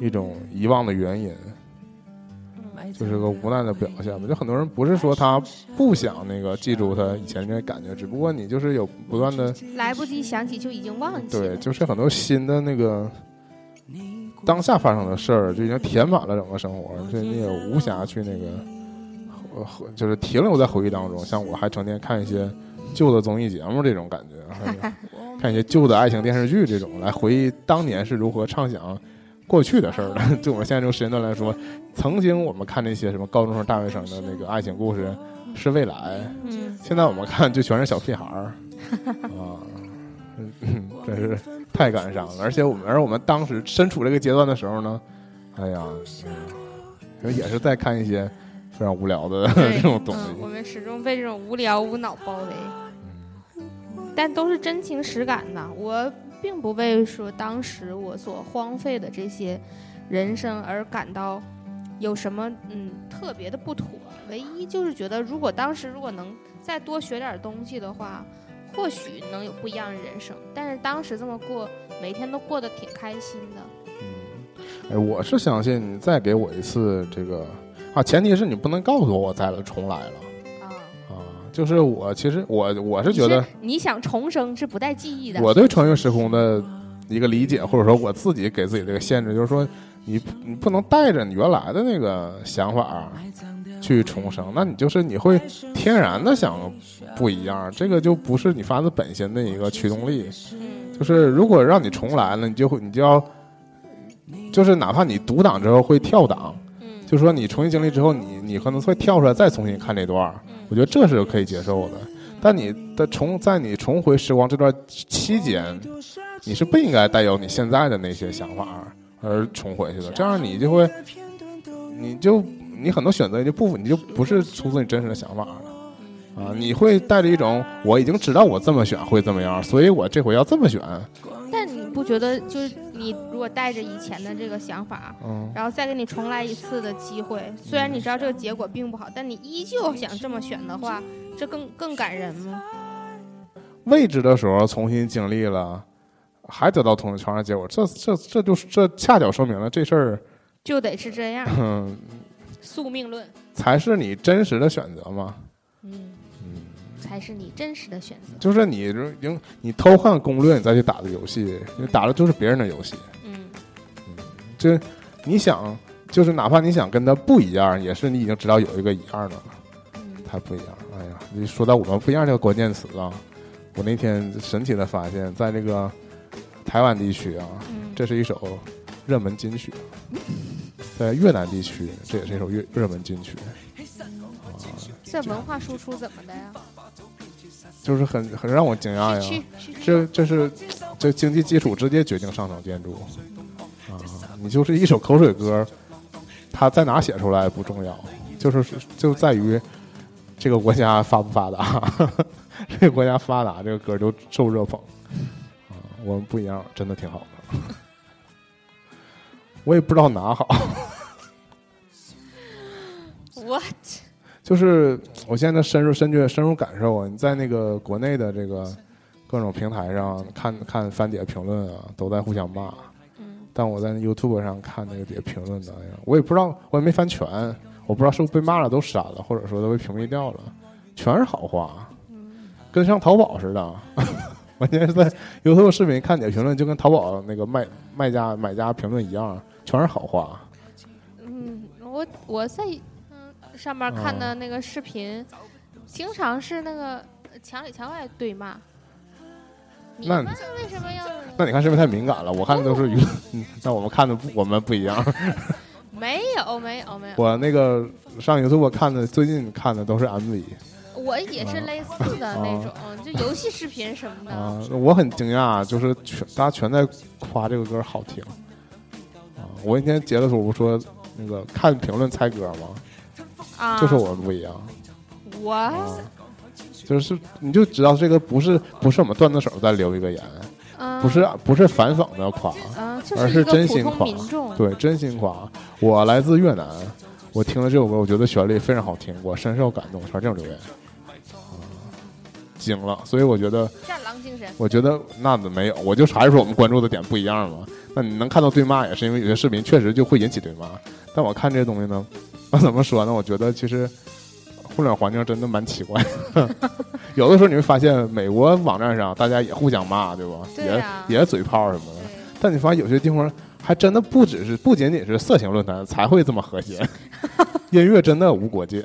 Speaker 1: 一种遗忘的原因，就是个无奈的表现吧。就很多人不是说他不想那个记住他以前那感觉，只不过你就是有不断的。
Speaker 2: 嗯来不及想起就已经忘记
Speaker 1: 对，
Speaker 2: 了。
Speaker 1: 嗯就是很多新的那个当下发生的事儿，就已经填满了整个生活，所以你也无暇去那个呃和就是停留在回忆当中。像我还成天看一些旧的综艺节目这种感觉， 还有看一些旧的爱情电视剧这种，来回忆当年是如何畅想。过去的事儿 了，对我们现在这个时间段来说，曾经我们看那些什么高中生、大学生的那个爱情故事是未来，
Speaker 2: 嗯，
Speaker 1: 现在我们看就全是小屁孩 儿啊， 嗯真是太感伤了。而且我们，而我们当时身处这个阶段的时候呢，哎呀，嗯、也是在看一些非常无聊的
Speaker 2: 对
Speaker 1: 这种东
Speaker 2: 嗯我
Speaker 1: 西。
Speaker 2: 们始终被这种无聊无脑包围，
Speaker 1: 嗯
Speaker 2: 但都是真情实感的。我并不为说当时我所荒废的这些人生而感到有什么嗯特别的不妥，唯一就是觉得如果当时如果能再多学点东西的话。或许能有不一样的人生，但是当时这么过，每天都过得挺开心的。
Speaker 1: 嗯，哎，我是相信你再给我一次这个啊，前提是你不能告诉我我再了重来了
Speaker 2: 啊，
Speaker 1: 啊。就是我其实我我是
Speaker 2: 你
Speaker 1: 觉得
Speaker 2: 你想重生是不带记忆的。
Speaker 1: 我对穿越时空的一个理解，或者说我自己给自己的一个限制，就是说你你不能带着你原来的那个想法去重生，那你就是你会天然的想不一样，这个就不是你发自本心的一个驱动力。
Speaker 2: 嗯
Speaker 1: 就是如果让你重来了，你就会你就要，就是哪怕你读档之后会跳档，
Speaker 2: 嗯
Speaker 1: 就是说你重新经历之后，你你可能会跳出来再重新看这段儿，我觉得这是可以接受的。但你的重在你重回时光这段期间，你是不应该带有你现在的那些想法而重回去的，这样你就会，你就你很多选择你就不你就不是出自你真实的想法了。啊，你会带着一种我已经知道我这么选会这么样，所以我这回要这么选。
Speaker 2: 但你不觉得，就是你如果带着以前的这个想法，
Speaker 1: 嗯，
Speaker 2: 然后再给你重来一次的机会，虽然你知道这个结果并不好，但你依旧想这么选的话，这更更感人吗？
Speaker 1: 未知的时候重新经历了，还得到同同样的结果，这这这就是这恰巧说明了这事儿，
Speaker 2: 就得是这 样，
Speaker 1: 嗯，
Speaker 2: 宿命论，
Speaker 1: 才是你真实的选择嘛。
Speaker 2: 嗯，才是你真实的选择。
Speaker 1: 就是你如赢，你偷看攻略，你再去打的游戏，你打的就是别人的游戏。
Speaker 2: 嗯
Speaker 1: 就是你想，就是哪怕你想跟他不一样，也是你已经知道有一个一样的了，
Speaker 2: 嗯
Speaker 1: 太不一样。哎呀，你说到我们不一样这个关键词啊，我那天神奇的发现，在这个台湾地区啊，
Speaker 2: 嗯，
Speaker 1: 这是一首热门金曲；在越南地区，这也是一首热热门金曲。
Speaker 2: 这文化输出怎么的呀？
Speaker 1: 就是很很让我惊讶呀
Speaker 2: 去。去去，
Speaker 1: 这这是这经济基础直接决定上层建筑啊！你就是一首口水歌，它在哪写出来不重要，就是就在于这个国家发不发达， 这个国家发达，这个歌就受热捧啊！我们不一样，真的挺好的。我也不知道哪好，
Speaker 2: 我
Speaker 1: 就是我现在深入深觉深入感受啊！你在那个国内的这个各种平台上看看翻帖评论啊，都在互相骂。
Speaker 2: 嗯
Speaker 1: 但我在 YouTube 上看那个底下评论的，哎呀，我也不知道，我也没翻全，我不知道是不是被骂了都删了，或者说都被屏蔽掉了，全是好话， 跟上淘宝似的。 我现在在 YouTube 视频看底下评论，就跟淘宝那个卖卖家买家评论一样，全是好话。
Speaker 2: 嗯，我我在嗯上面看的那个视频，经常是那个墙里墙外对骂。你
Speaker 1: 那
Speaker 2: 们为什么要？
Speaker 1: 那你看是不是太敏感了？我看的都是娱乐， 嗯那我们看的不，我们不一样。
Speaker 2: 没有没有没有，
Speaker 1: 我那个上 YouTube 看的，最近看的都是 MV
Speaker 2: 我也
Speaker 1: 嗯
Speaker 2: 是类似的那种，
Speaker 1: 哦
Speaker 2: 就游戏视频什么的。
Speaker 1: 啊，我很惊讶，啊就是全大家全在夸这个歌好听啊。我那天截了图，我说那个看评论猜歌嘛，
Speaker 2: 啊，
Speaker 1: 就是我们不一样
Speaker 2: 我，
Speaker 1: 啊，就是你就知道这个不是不是我们段子手在留一个言，
Speaker 2: 嗯，
Speaker 1: 不是不是反讽的夸，
Speaker 2: 嗯，就
Speaker 1: 而
Speaker 2: 一
Speaker 1: 是
Speaker 2: 个
Speaker 1: 真
Speaker 2: 普
Speaker 1: 心
Speaker 2: 通
Speaker 1: 话
Speaker 2: 民众。
Speaker 1: 对，真心夸。我来自越南，我听了这首歌，我觉得旋律非常好听，我深受感动，全是这种留言，啊惊了。所以我觉得，
Speaker 2: 战狼精神，
Speaker 1: 我觉得那没有，我就还是说我们关注的点不一样嘛。那你能看到对骂，也是因为有些视频确实就会引起对骂。但我看这些东西呢，那怎么说呢？我觉得其实互联网环境真的蛮奇怪的 有的时候你会发现，美国网站上大家也互相骂，对吧？
Speaker 2: 对啊
Speaker 1: 也也嘴炮什么的
Speaker 2: 对。
Speaker 1: 但你发现有些地方还真的不只是不仅仅是色情论坛才会这么和 谐，音乐真的无国界，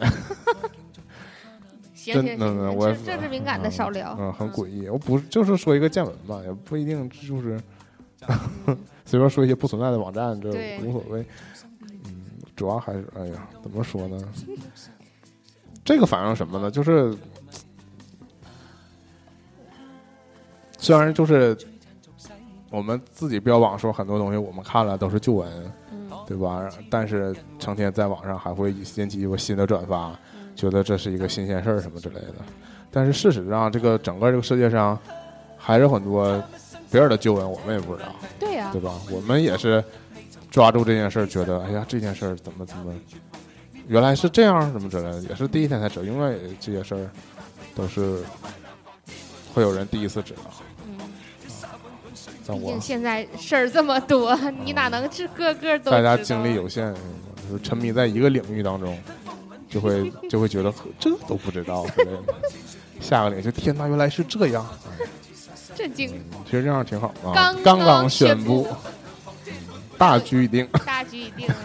Speaker 2: 行
Speaker 1: 真
Speaker 2: 行
Speaker 1: 的呢
Speaker 2: 行，
Speaker 1: 我
Speaker 2: 这政治敏感的少聊。
Speaker 1: 嗯，很诡异。我不是就是说一个见闻吧，也不一定就是随便说一些不存在的网站，这
Speaker 2: 对
Speaker 1: 无所谓。嗯，主要还是哎呀，怎么说呢？这个反映什么呢？就是虽然就是我们自己标榜说很多东西我们看了都是旧闻，
Speaker 2: 嗯
Speaker 1: 对吧？但是成天在网上还会引起我新的转发，
Speaker 2: 嗯
Speaker 1: 觉得这是一个新鲜事儿什么之类的。但是事实上，这个整个这个世界上还是很多别人的旧闻，我们也不知道，
Speaker 2: 对呀
Speaker 1: 对，吧？我们也是抓住这件事儿，觉得哎呀，这件事儿怎么怎么，原来是这样，什么之类的，也是第一天才知道。因为这些事儿都是会有人第一次知道。
Speaker 2: 嗯，
Speaker 1: 像
Speaker 2: 毕
Speaker 1: 我嗯
Speaker 2: 竟现在事儿这么多，你哪能是个个都？
Speaker 1: 大
Speaker 2: 啊
Speaker 1: 家精力。有限，就是沉迷在一个领域当中，就会就会觉得呵这都不知道之类的。下个领域就天呐，原来是这样，
Speaker 2: 震惊，
Speaker 1: 其实这样挺好啊。
Speaker 2: 刚
Speaker 1: 刚
Speaker 2: 刚
Speaker 1: 宣
Speaker 2: 宣
Speaker 1: 布嗯
Speaker 2: 布，
Speaker 1: 大局已定。
Speaker 2: 大局已定，啊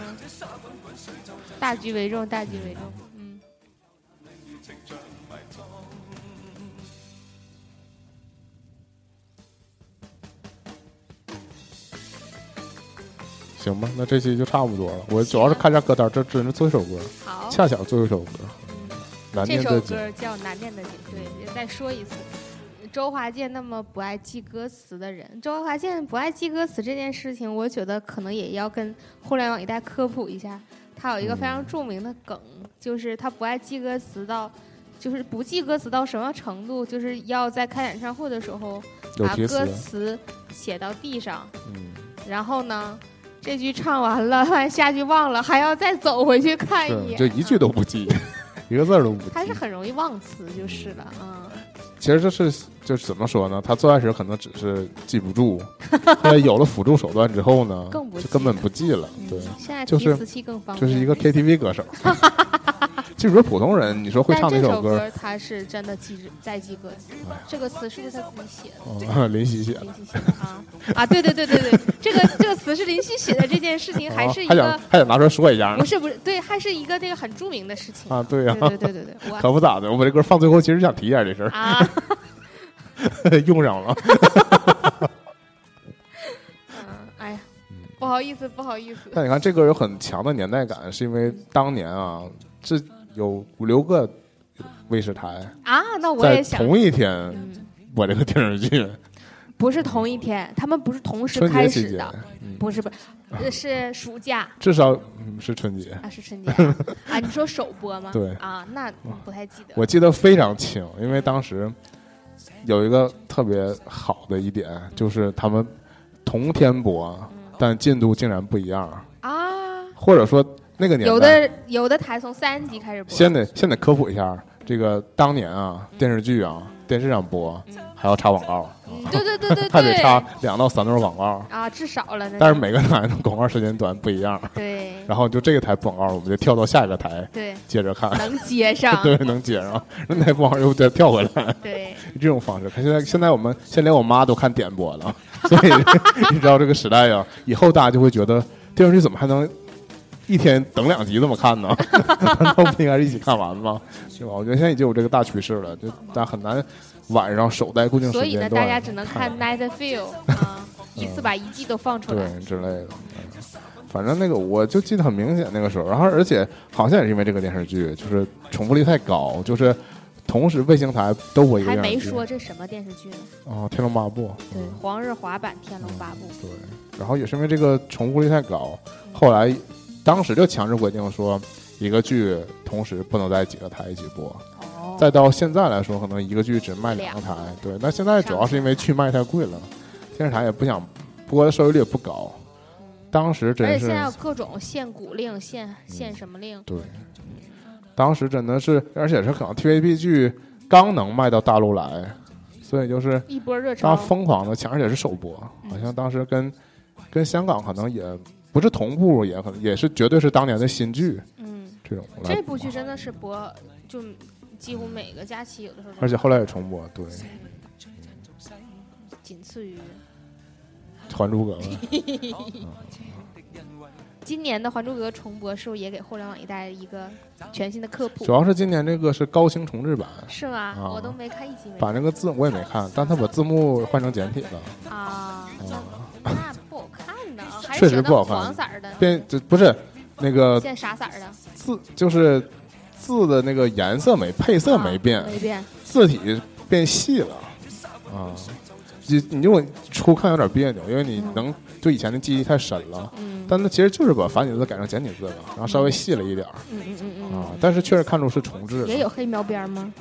Speaker 2: 大局为重，大局为重。嗯，
Speaker 1: 行吧，那这期就差不多了。我主要是看一下歌单，这真是最后一首歌，
Speaker 2: 好，
Speaker 1: 恰巧最后一首歌，难
Speaker 2: 哦这
Speaker 1: 念
Speaker 2: 首
Speaker 1: 的经。
Speaker 2: 歌叫《难念的经》，对，再说一次。周华健那么不爱记歌词的人，周华健不爱记歌词这件事情，我觉得可能也要跟互联网一代科普一下。他有一个非
Speaker 1: 嗯
Speaker 2: 常著名的梗，就是他不爱记歌词到，就是不记歌词到什么程度，就是要在开演唱会的时候
Speaker 1: 有
Speaker 2: 把
Speaker 1: 提
Speaker 2: 歌
Speaker 1: 词，
Speaker 2: 词写到地上，
Speaker 1: 嗯，
Speaker 2: 然后呢，这句唱完了， 完下句忘了，还要再走回去看一
Speaker 1: 对，
Speaker 2: 眼，
Speaker 1: 就一句都不 记，一个字儿都不记。
Speaker 2: 还是很容易忘词就是了啊、嗯
Speaker 1: 其实这是就是怎么说呢？他最开始可能只是记不住，后来有了辅助手段之后呢，
Speaker 2: 更不记嗯
Speaker 1: 就根本不记了。对，
Speaker 2: 现在
Speaker 1: 就
Speaker 2: 提
Speaker 1: 是
Speaker 2: 词器更方
Speaker 1: 就
Speaker 2: 便。
Speaker 1: 是一个 KTV 歌 手。就比如普通人，你说会
Speaker 2: 但
Speaker 1: 唱哪
Speaker 2: 这
Speaker 1: 首
Speaker 2: 首
Speaker 1: 歌？
Speaker 2: 歌他是真的记在记歌词，这个词是不是他自己写的？
Speaker 1: 哦 林夕写的，
Speaker 2: 林夕写的啊 啊！对对对对对，这个这个词是林夕写的，这件事情还
Speaker 1: 哦
Speaker 2: 是一
Speaker 1: 还想
Speaker 2: 个
Speaker 1: 还想拿出来说一下
Speaker 2: 不
Speaker 1: 呢？
Speaker 2: 是不是对，还是一个这个很著名的事情。
Speaker 1: 啊，对呀、
Speaker 2: 对对对对对，我
Speaker 1: 可不咋的。我把这歌放最后，其实想提一下这事儿，
Speaker 2: 啊，
Speaker 1: 用上了。
Speaker 2: 嗯，哎呀，不好意思，不好意思。
Speaker 1: 但你看，这歌有很强的年代感，是因为当年啊，这有五六个卫视台
Speaker 2: 啊，那我
Speaker 1: 在
Speaker 2: 也想，
Speaker 1: 同一天
Speaker 2: 嗯，
Speaker 1: 播这个电视剧，
Speaker 2: 不是同一天，他们不是同时
Speaker 1: 春节
Speaker 2: 开
Speaker 1: 期
Speaker 2: 始
Speaker 1: 间
Speaker 2: 的，，不是不是，呃是暑假
Speaker 1: 至少、嗯、是春节。
Speaker 2: 啊，是春 节啊啊，你说首播吗？
Speaker 1: 对
Speaker 2: 啊，那嗯不太记得。
Speaker 1: 我记得非常清，因为当时有一个特别好的一点，就是他们同天播，
Speaker 2: 嗯
Speaker 1: 但进度竟然不一样，
Speaker 2: 啊，
Speaker 1: 或者说那个年代
Speaker 2: 有的有的台从三级开始播，
Speaker 1: 先得先得科普一下，这个当年啊，电视剧啊，电视上播还要插广告，
Speaker 2: 嗯对对对对
Speaker 1: 还得
Speaker 2: 对，
Speaker 1: 插两到三段广告，
Speaker 2: 啊，至少了那，
Speaker 1: 但是每个台的广告时间短不一样，
Speaker 2: 对
Speaker 1: 然后就这个台广告，我们就跳到下一个台
Speaker 2: 对
Speaker 1: 接着 看，
Speaker 2: 能接上，
Speaker 1: 对，能接上，那台广告又再跳回来。
Speaker 2: 对
Speaker 1: 这种方式。看现在，现在我们现在连我妈都看点播 了，所以你知道这个时代呀、以后大家就会觉得电视剧怎么还能一天等两集这么看 呢？难道不应该是一起看完吗？对吧？我觉得现在已经有这个大趋势了，就大家很难晚上守在固定时
Speaker 2: 所以呢，
Speaker 1: 间段，嗯
Speaker 2: 大家只能看《Night Feel》啊，一次把一季都放出来。
Speaker 1: 对之类的。嗯反正那个我就记得很明显那个时候，然后而且好像也是因为这个电视剧，就是重复率太高，就是同时卫星台都播一个
Speaker 2: 还
Speaker 1: 电视剧。
Speaker 2: 没说这什么电视剧呢？
Speaker 1: 哦，《天龙八部》
Speaker 2: 对，
Speaker 1: 嗯
Speaker 2: 黄日华版《天龙八部》
Speaker 1: 对，然后也是因为这个重复率太高，后来当时就强制规定说，一个剧同时不能在几个台一起播。
Speaker 2: 哦，
Speaker 1: 嗯再到现在来说，可能一个剧只卖两个台
Speaker 2: 两个。
Speaker 1: 对，那现在主要是因为去卖太贵了，电视台也不想播的收视率也不高。
Speaker 2: 嗯
Speaker 1: 当时
Speaker 2: 而且
Speaker 1: 真
Speaker 2: 现
Speaker 1: 是嗯
Speaker 2: 在有各种限股令、限限什么令，
Speaker 1: 对，当时真的是，而且是可能 TVB 剧刚能卖到大陆来，所以就是
Speaker 2: 一波热
Speaker 1: 他
Speaker 2: 潮。
Speaker 1: 疯狂的抢，而且是首播，
Speaker 2: 嗯
Speaker 1: 好像当时跟跟香港可能也不是同步，也可能也是绝对是当年的新剧
Speaker 2: 嗯，
Speaker 1: 这种来播。
Speaker 2: 这部剧真的是播，就几乎每个假期有的时候都，
Speaker 1: 而且后来也重播，对《
Speaker 2: 仅次于
Speaker 1: 还珠格格》
Speaker 2: 今年的《还珠格格》重播，是不是也给互联网一代一个全新的科普
Speaker 1: 主？要是今年这个是高清重制版，
Speaker 2: 是吗？
Speaker 1: 啊
Speaker 2: 我都没看一集没
Speaker 1: 把那个字我也没看，但他把字幕换成简体了，
Speaker 2: 啊，
Speaker 1: 啊，
Speaker 2: 那不好看呢，还
Speaker 1: 确
Speaker 2: 是
Speaker 1: 实
Speaker 2: 觉
Speaker 1: 不
Speaker 2: 得
Speaker 1: 好看
Speaker 2: 黄色儿的，
Speaker 1: 变就不是那个
Speaker 2: 现在啥色儿的？
Speaker 1: 字就是字的那个颜色没配色没变
Speaker 2: 啊，没变。
Speaker 1: 字体变细了啊。你你如果初看有点别扭，因为你能对以前的记忆太深了。
Speaker 2: 嗯
Speaker 1: 但它其实就是把繁体字改成简体字了，然后稍微细了一点儿
Speaker 2: 嗯嗯嗯
Speaker 1: 啊
Speaker 2: 嗯，，
Speaker 1: 但是确实看出是重置的。
Speaker 2: 也有黑描边儿吗？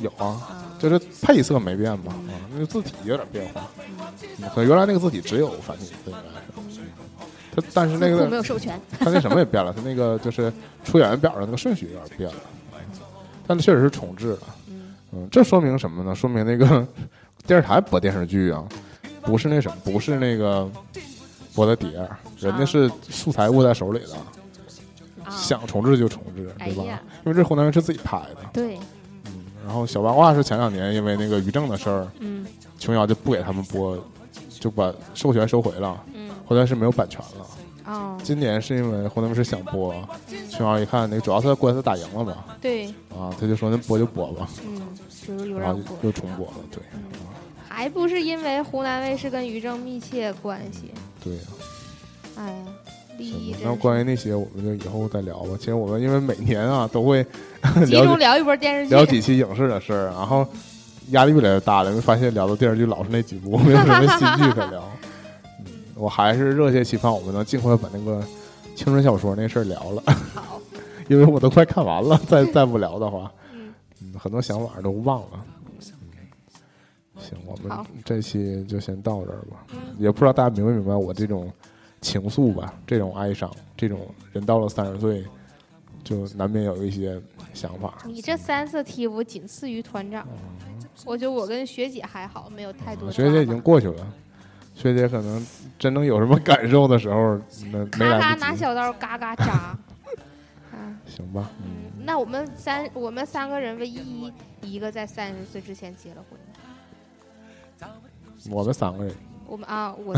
Speaker 1: 有啊，
Speaker 2: 啊，
Speaker 1: 就是配色没变吧，啊，那个字体有点变化。嗯可能原来那个字体只有繁体字，应该是。嗯它但是那
Speaker 2: 字库没
Speaker 1: 个
Speaker 2: 有授权。
Speaker 1: 它那什么也变了，它那个就是出演员表的那个顺序有点变了，但确实是重置了。
Speaker 2: 嗯，
Speaker 1: 嗯，这说明什么呢？说明那个 电视台播电视剧啊，不是那什么，不是那个播的碟儿，人家
Speaker 2: 啊
Speaker 1: 是素材握在手里的，
Speaker 2: 啊，
Speaker 1: 想重置就重置，
Speaker 2: 哎
Speaker 1: 对吧？
Speaker 2: 呀
Speaker 1: 因为这湖南卫视自己拍的。
Speaker 2: 对，
Speaker 1: 然后小八卦是前两年因为那个于正的事儿，
Speaker 2: 嗯
Speaker 1: 琼瑶就不给他们播，就把授权收回了，
Speaker 2: 嗯
Speaker 1: 后来是没有版权了。
Speaker 2: 哦，
Speaker 1: 今年是因为湖南卫视想播，琼瑶一看那个主要是官司打赢了嘛，
Speaker 2: 对，
Speaker 1: 啊，他就说那播就播吧，
Speaker 2: 嗯，就是流
Speaker 1: 然
Speaker 2: 浪
Speaker 1: 后
Speaker 2: 播，嗯
Speaker 1: 又重播了，对
Speaker 2: 还不是因为湖南卫视跟于正密切关系？
Speaker 1: 对。
Speaker 2: 哎呀，利益
Speaker 1: 行吧
Speaker 2: 真
Speaker 1: 那
Speaker 2: 是
Speaker 1: 关于那些，我们就以后再聊吧。其实我们因为每年啊都会
Speaker 2: 集
Speaker 1: 聊
Speaker 2: 中
Speaker 1: 几
Speaker 2: 聊一波电视剧。
Speaker 1: 聊几期影视的事儿，然后压力越来越大了，因为发现聊的电视剧老是那几部，没有什么新剧可聊。嗯，我还是热切期盼我们能尽快把那个青春小说那事儿聊了，
Speaker 2: 好，
Speaker 1: 因为我都快看完了，再再不聊的话，
Speaker 2: 嗯，
Speaker 1: 嗯，很多想法都忘了。嗯，行，我们
Speaker 2: 好
Speaker 1: 这期就先到这儿吧。也不知道大家明没明白我这种情愫吧，这种哀伤，这种人到了三十岁，就难免有一些想法。
Speaker 2: 你这三次题我仅次于团长，我觉得我跟学姐还好，没有太多。
Speaker 1: 嗯学姐已经。过去了，学姐可能真正有什么感受的时候， 那没
Speaker 2: 咔咔
Speaker 1: 来
Speaker 2: 拿
Speaker 1: 得及。
Speaker 2: 小刀嘎嘎扎，啊，
Speaker 1: 行吧，
Speaker 2: 嗯，那我们三我们三个人唯一一个在三十岁之前结了婚，
Speaker 1: 我们三个人
Speaker 2: 我们啊， 我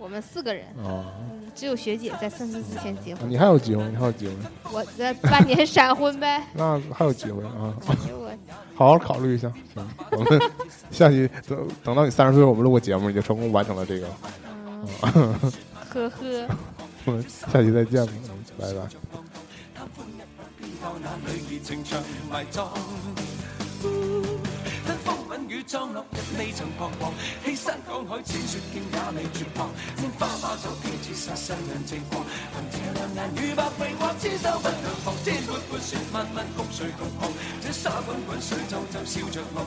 Speaker 2: 我们四个人，
Speaker 1: 啊，
Speaker 2: 嗯，只有学姐在三十岁之前结婚，
Speaker 1: 你还有机会，你还有机会，
Speaker 2: 我这半年闪婚呗，
Speaker 1: 那还有机会啊，
Speaker 2: 哎呦我
Speaker 1: 好好考虑一下。行，我 们下期等等到你三十岁，我们录个节目，你就成功完成了这个。
Speaker 2: 嗯，呵呵。
Speaker 1: 我们下期再见吧，嗯拜拜。
Speaker 3: 到那里热情長埋葬。登風吻雨裝落日未曾彷徨，欺山趕海淺雪徑也未絕望。拈花把酒偏似殺世人情狂，憑這兩眼與百臂或之手不兩防。天闊闊雪漫漫共誰同航？這沙滾滾水皺皺笑着望，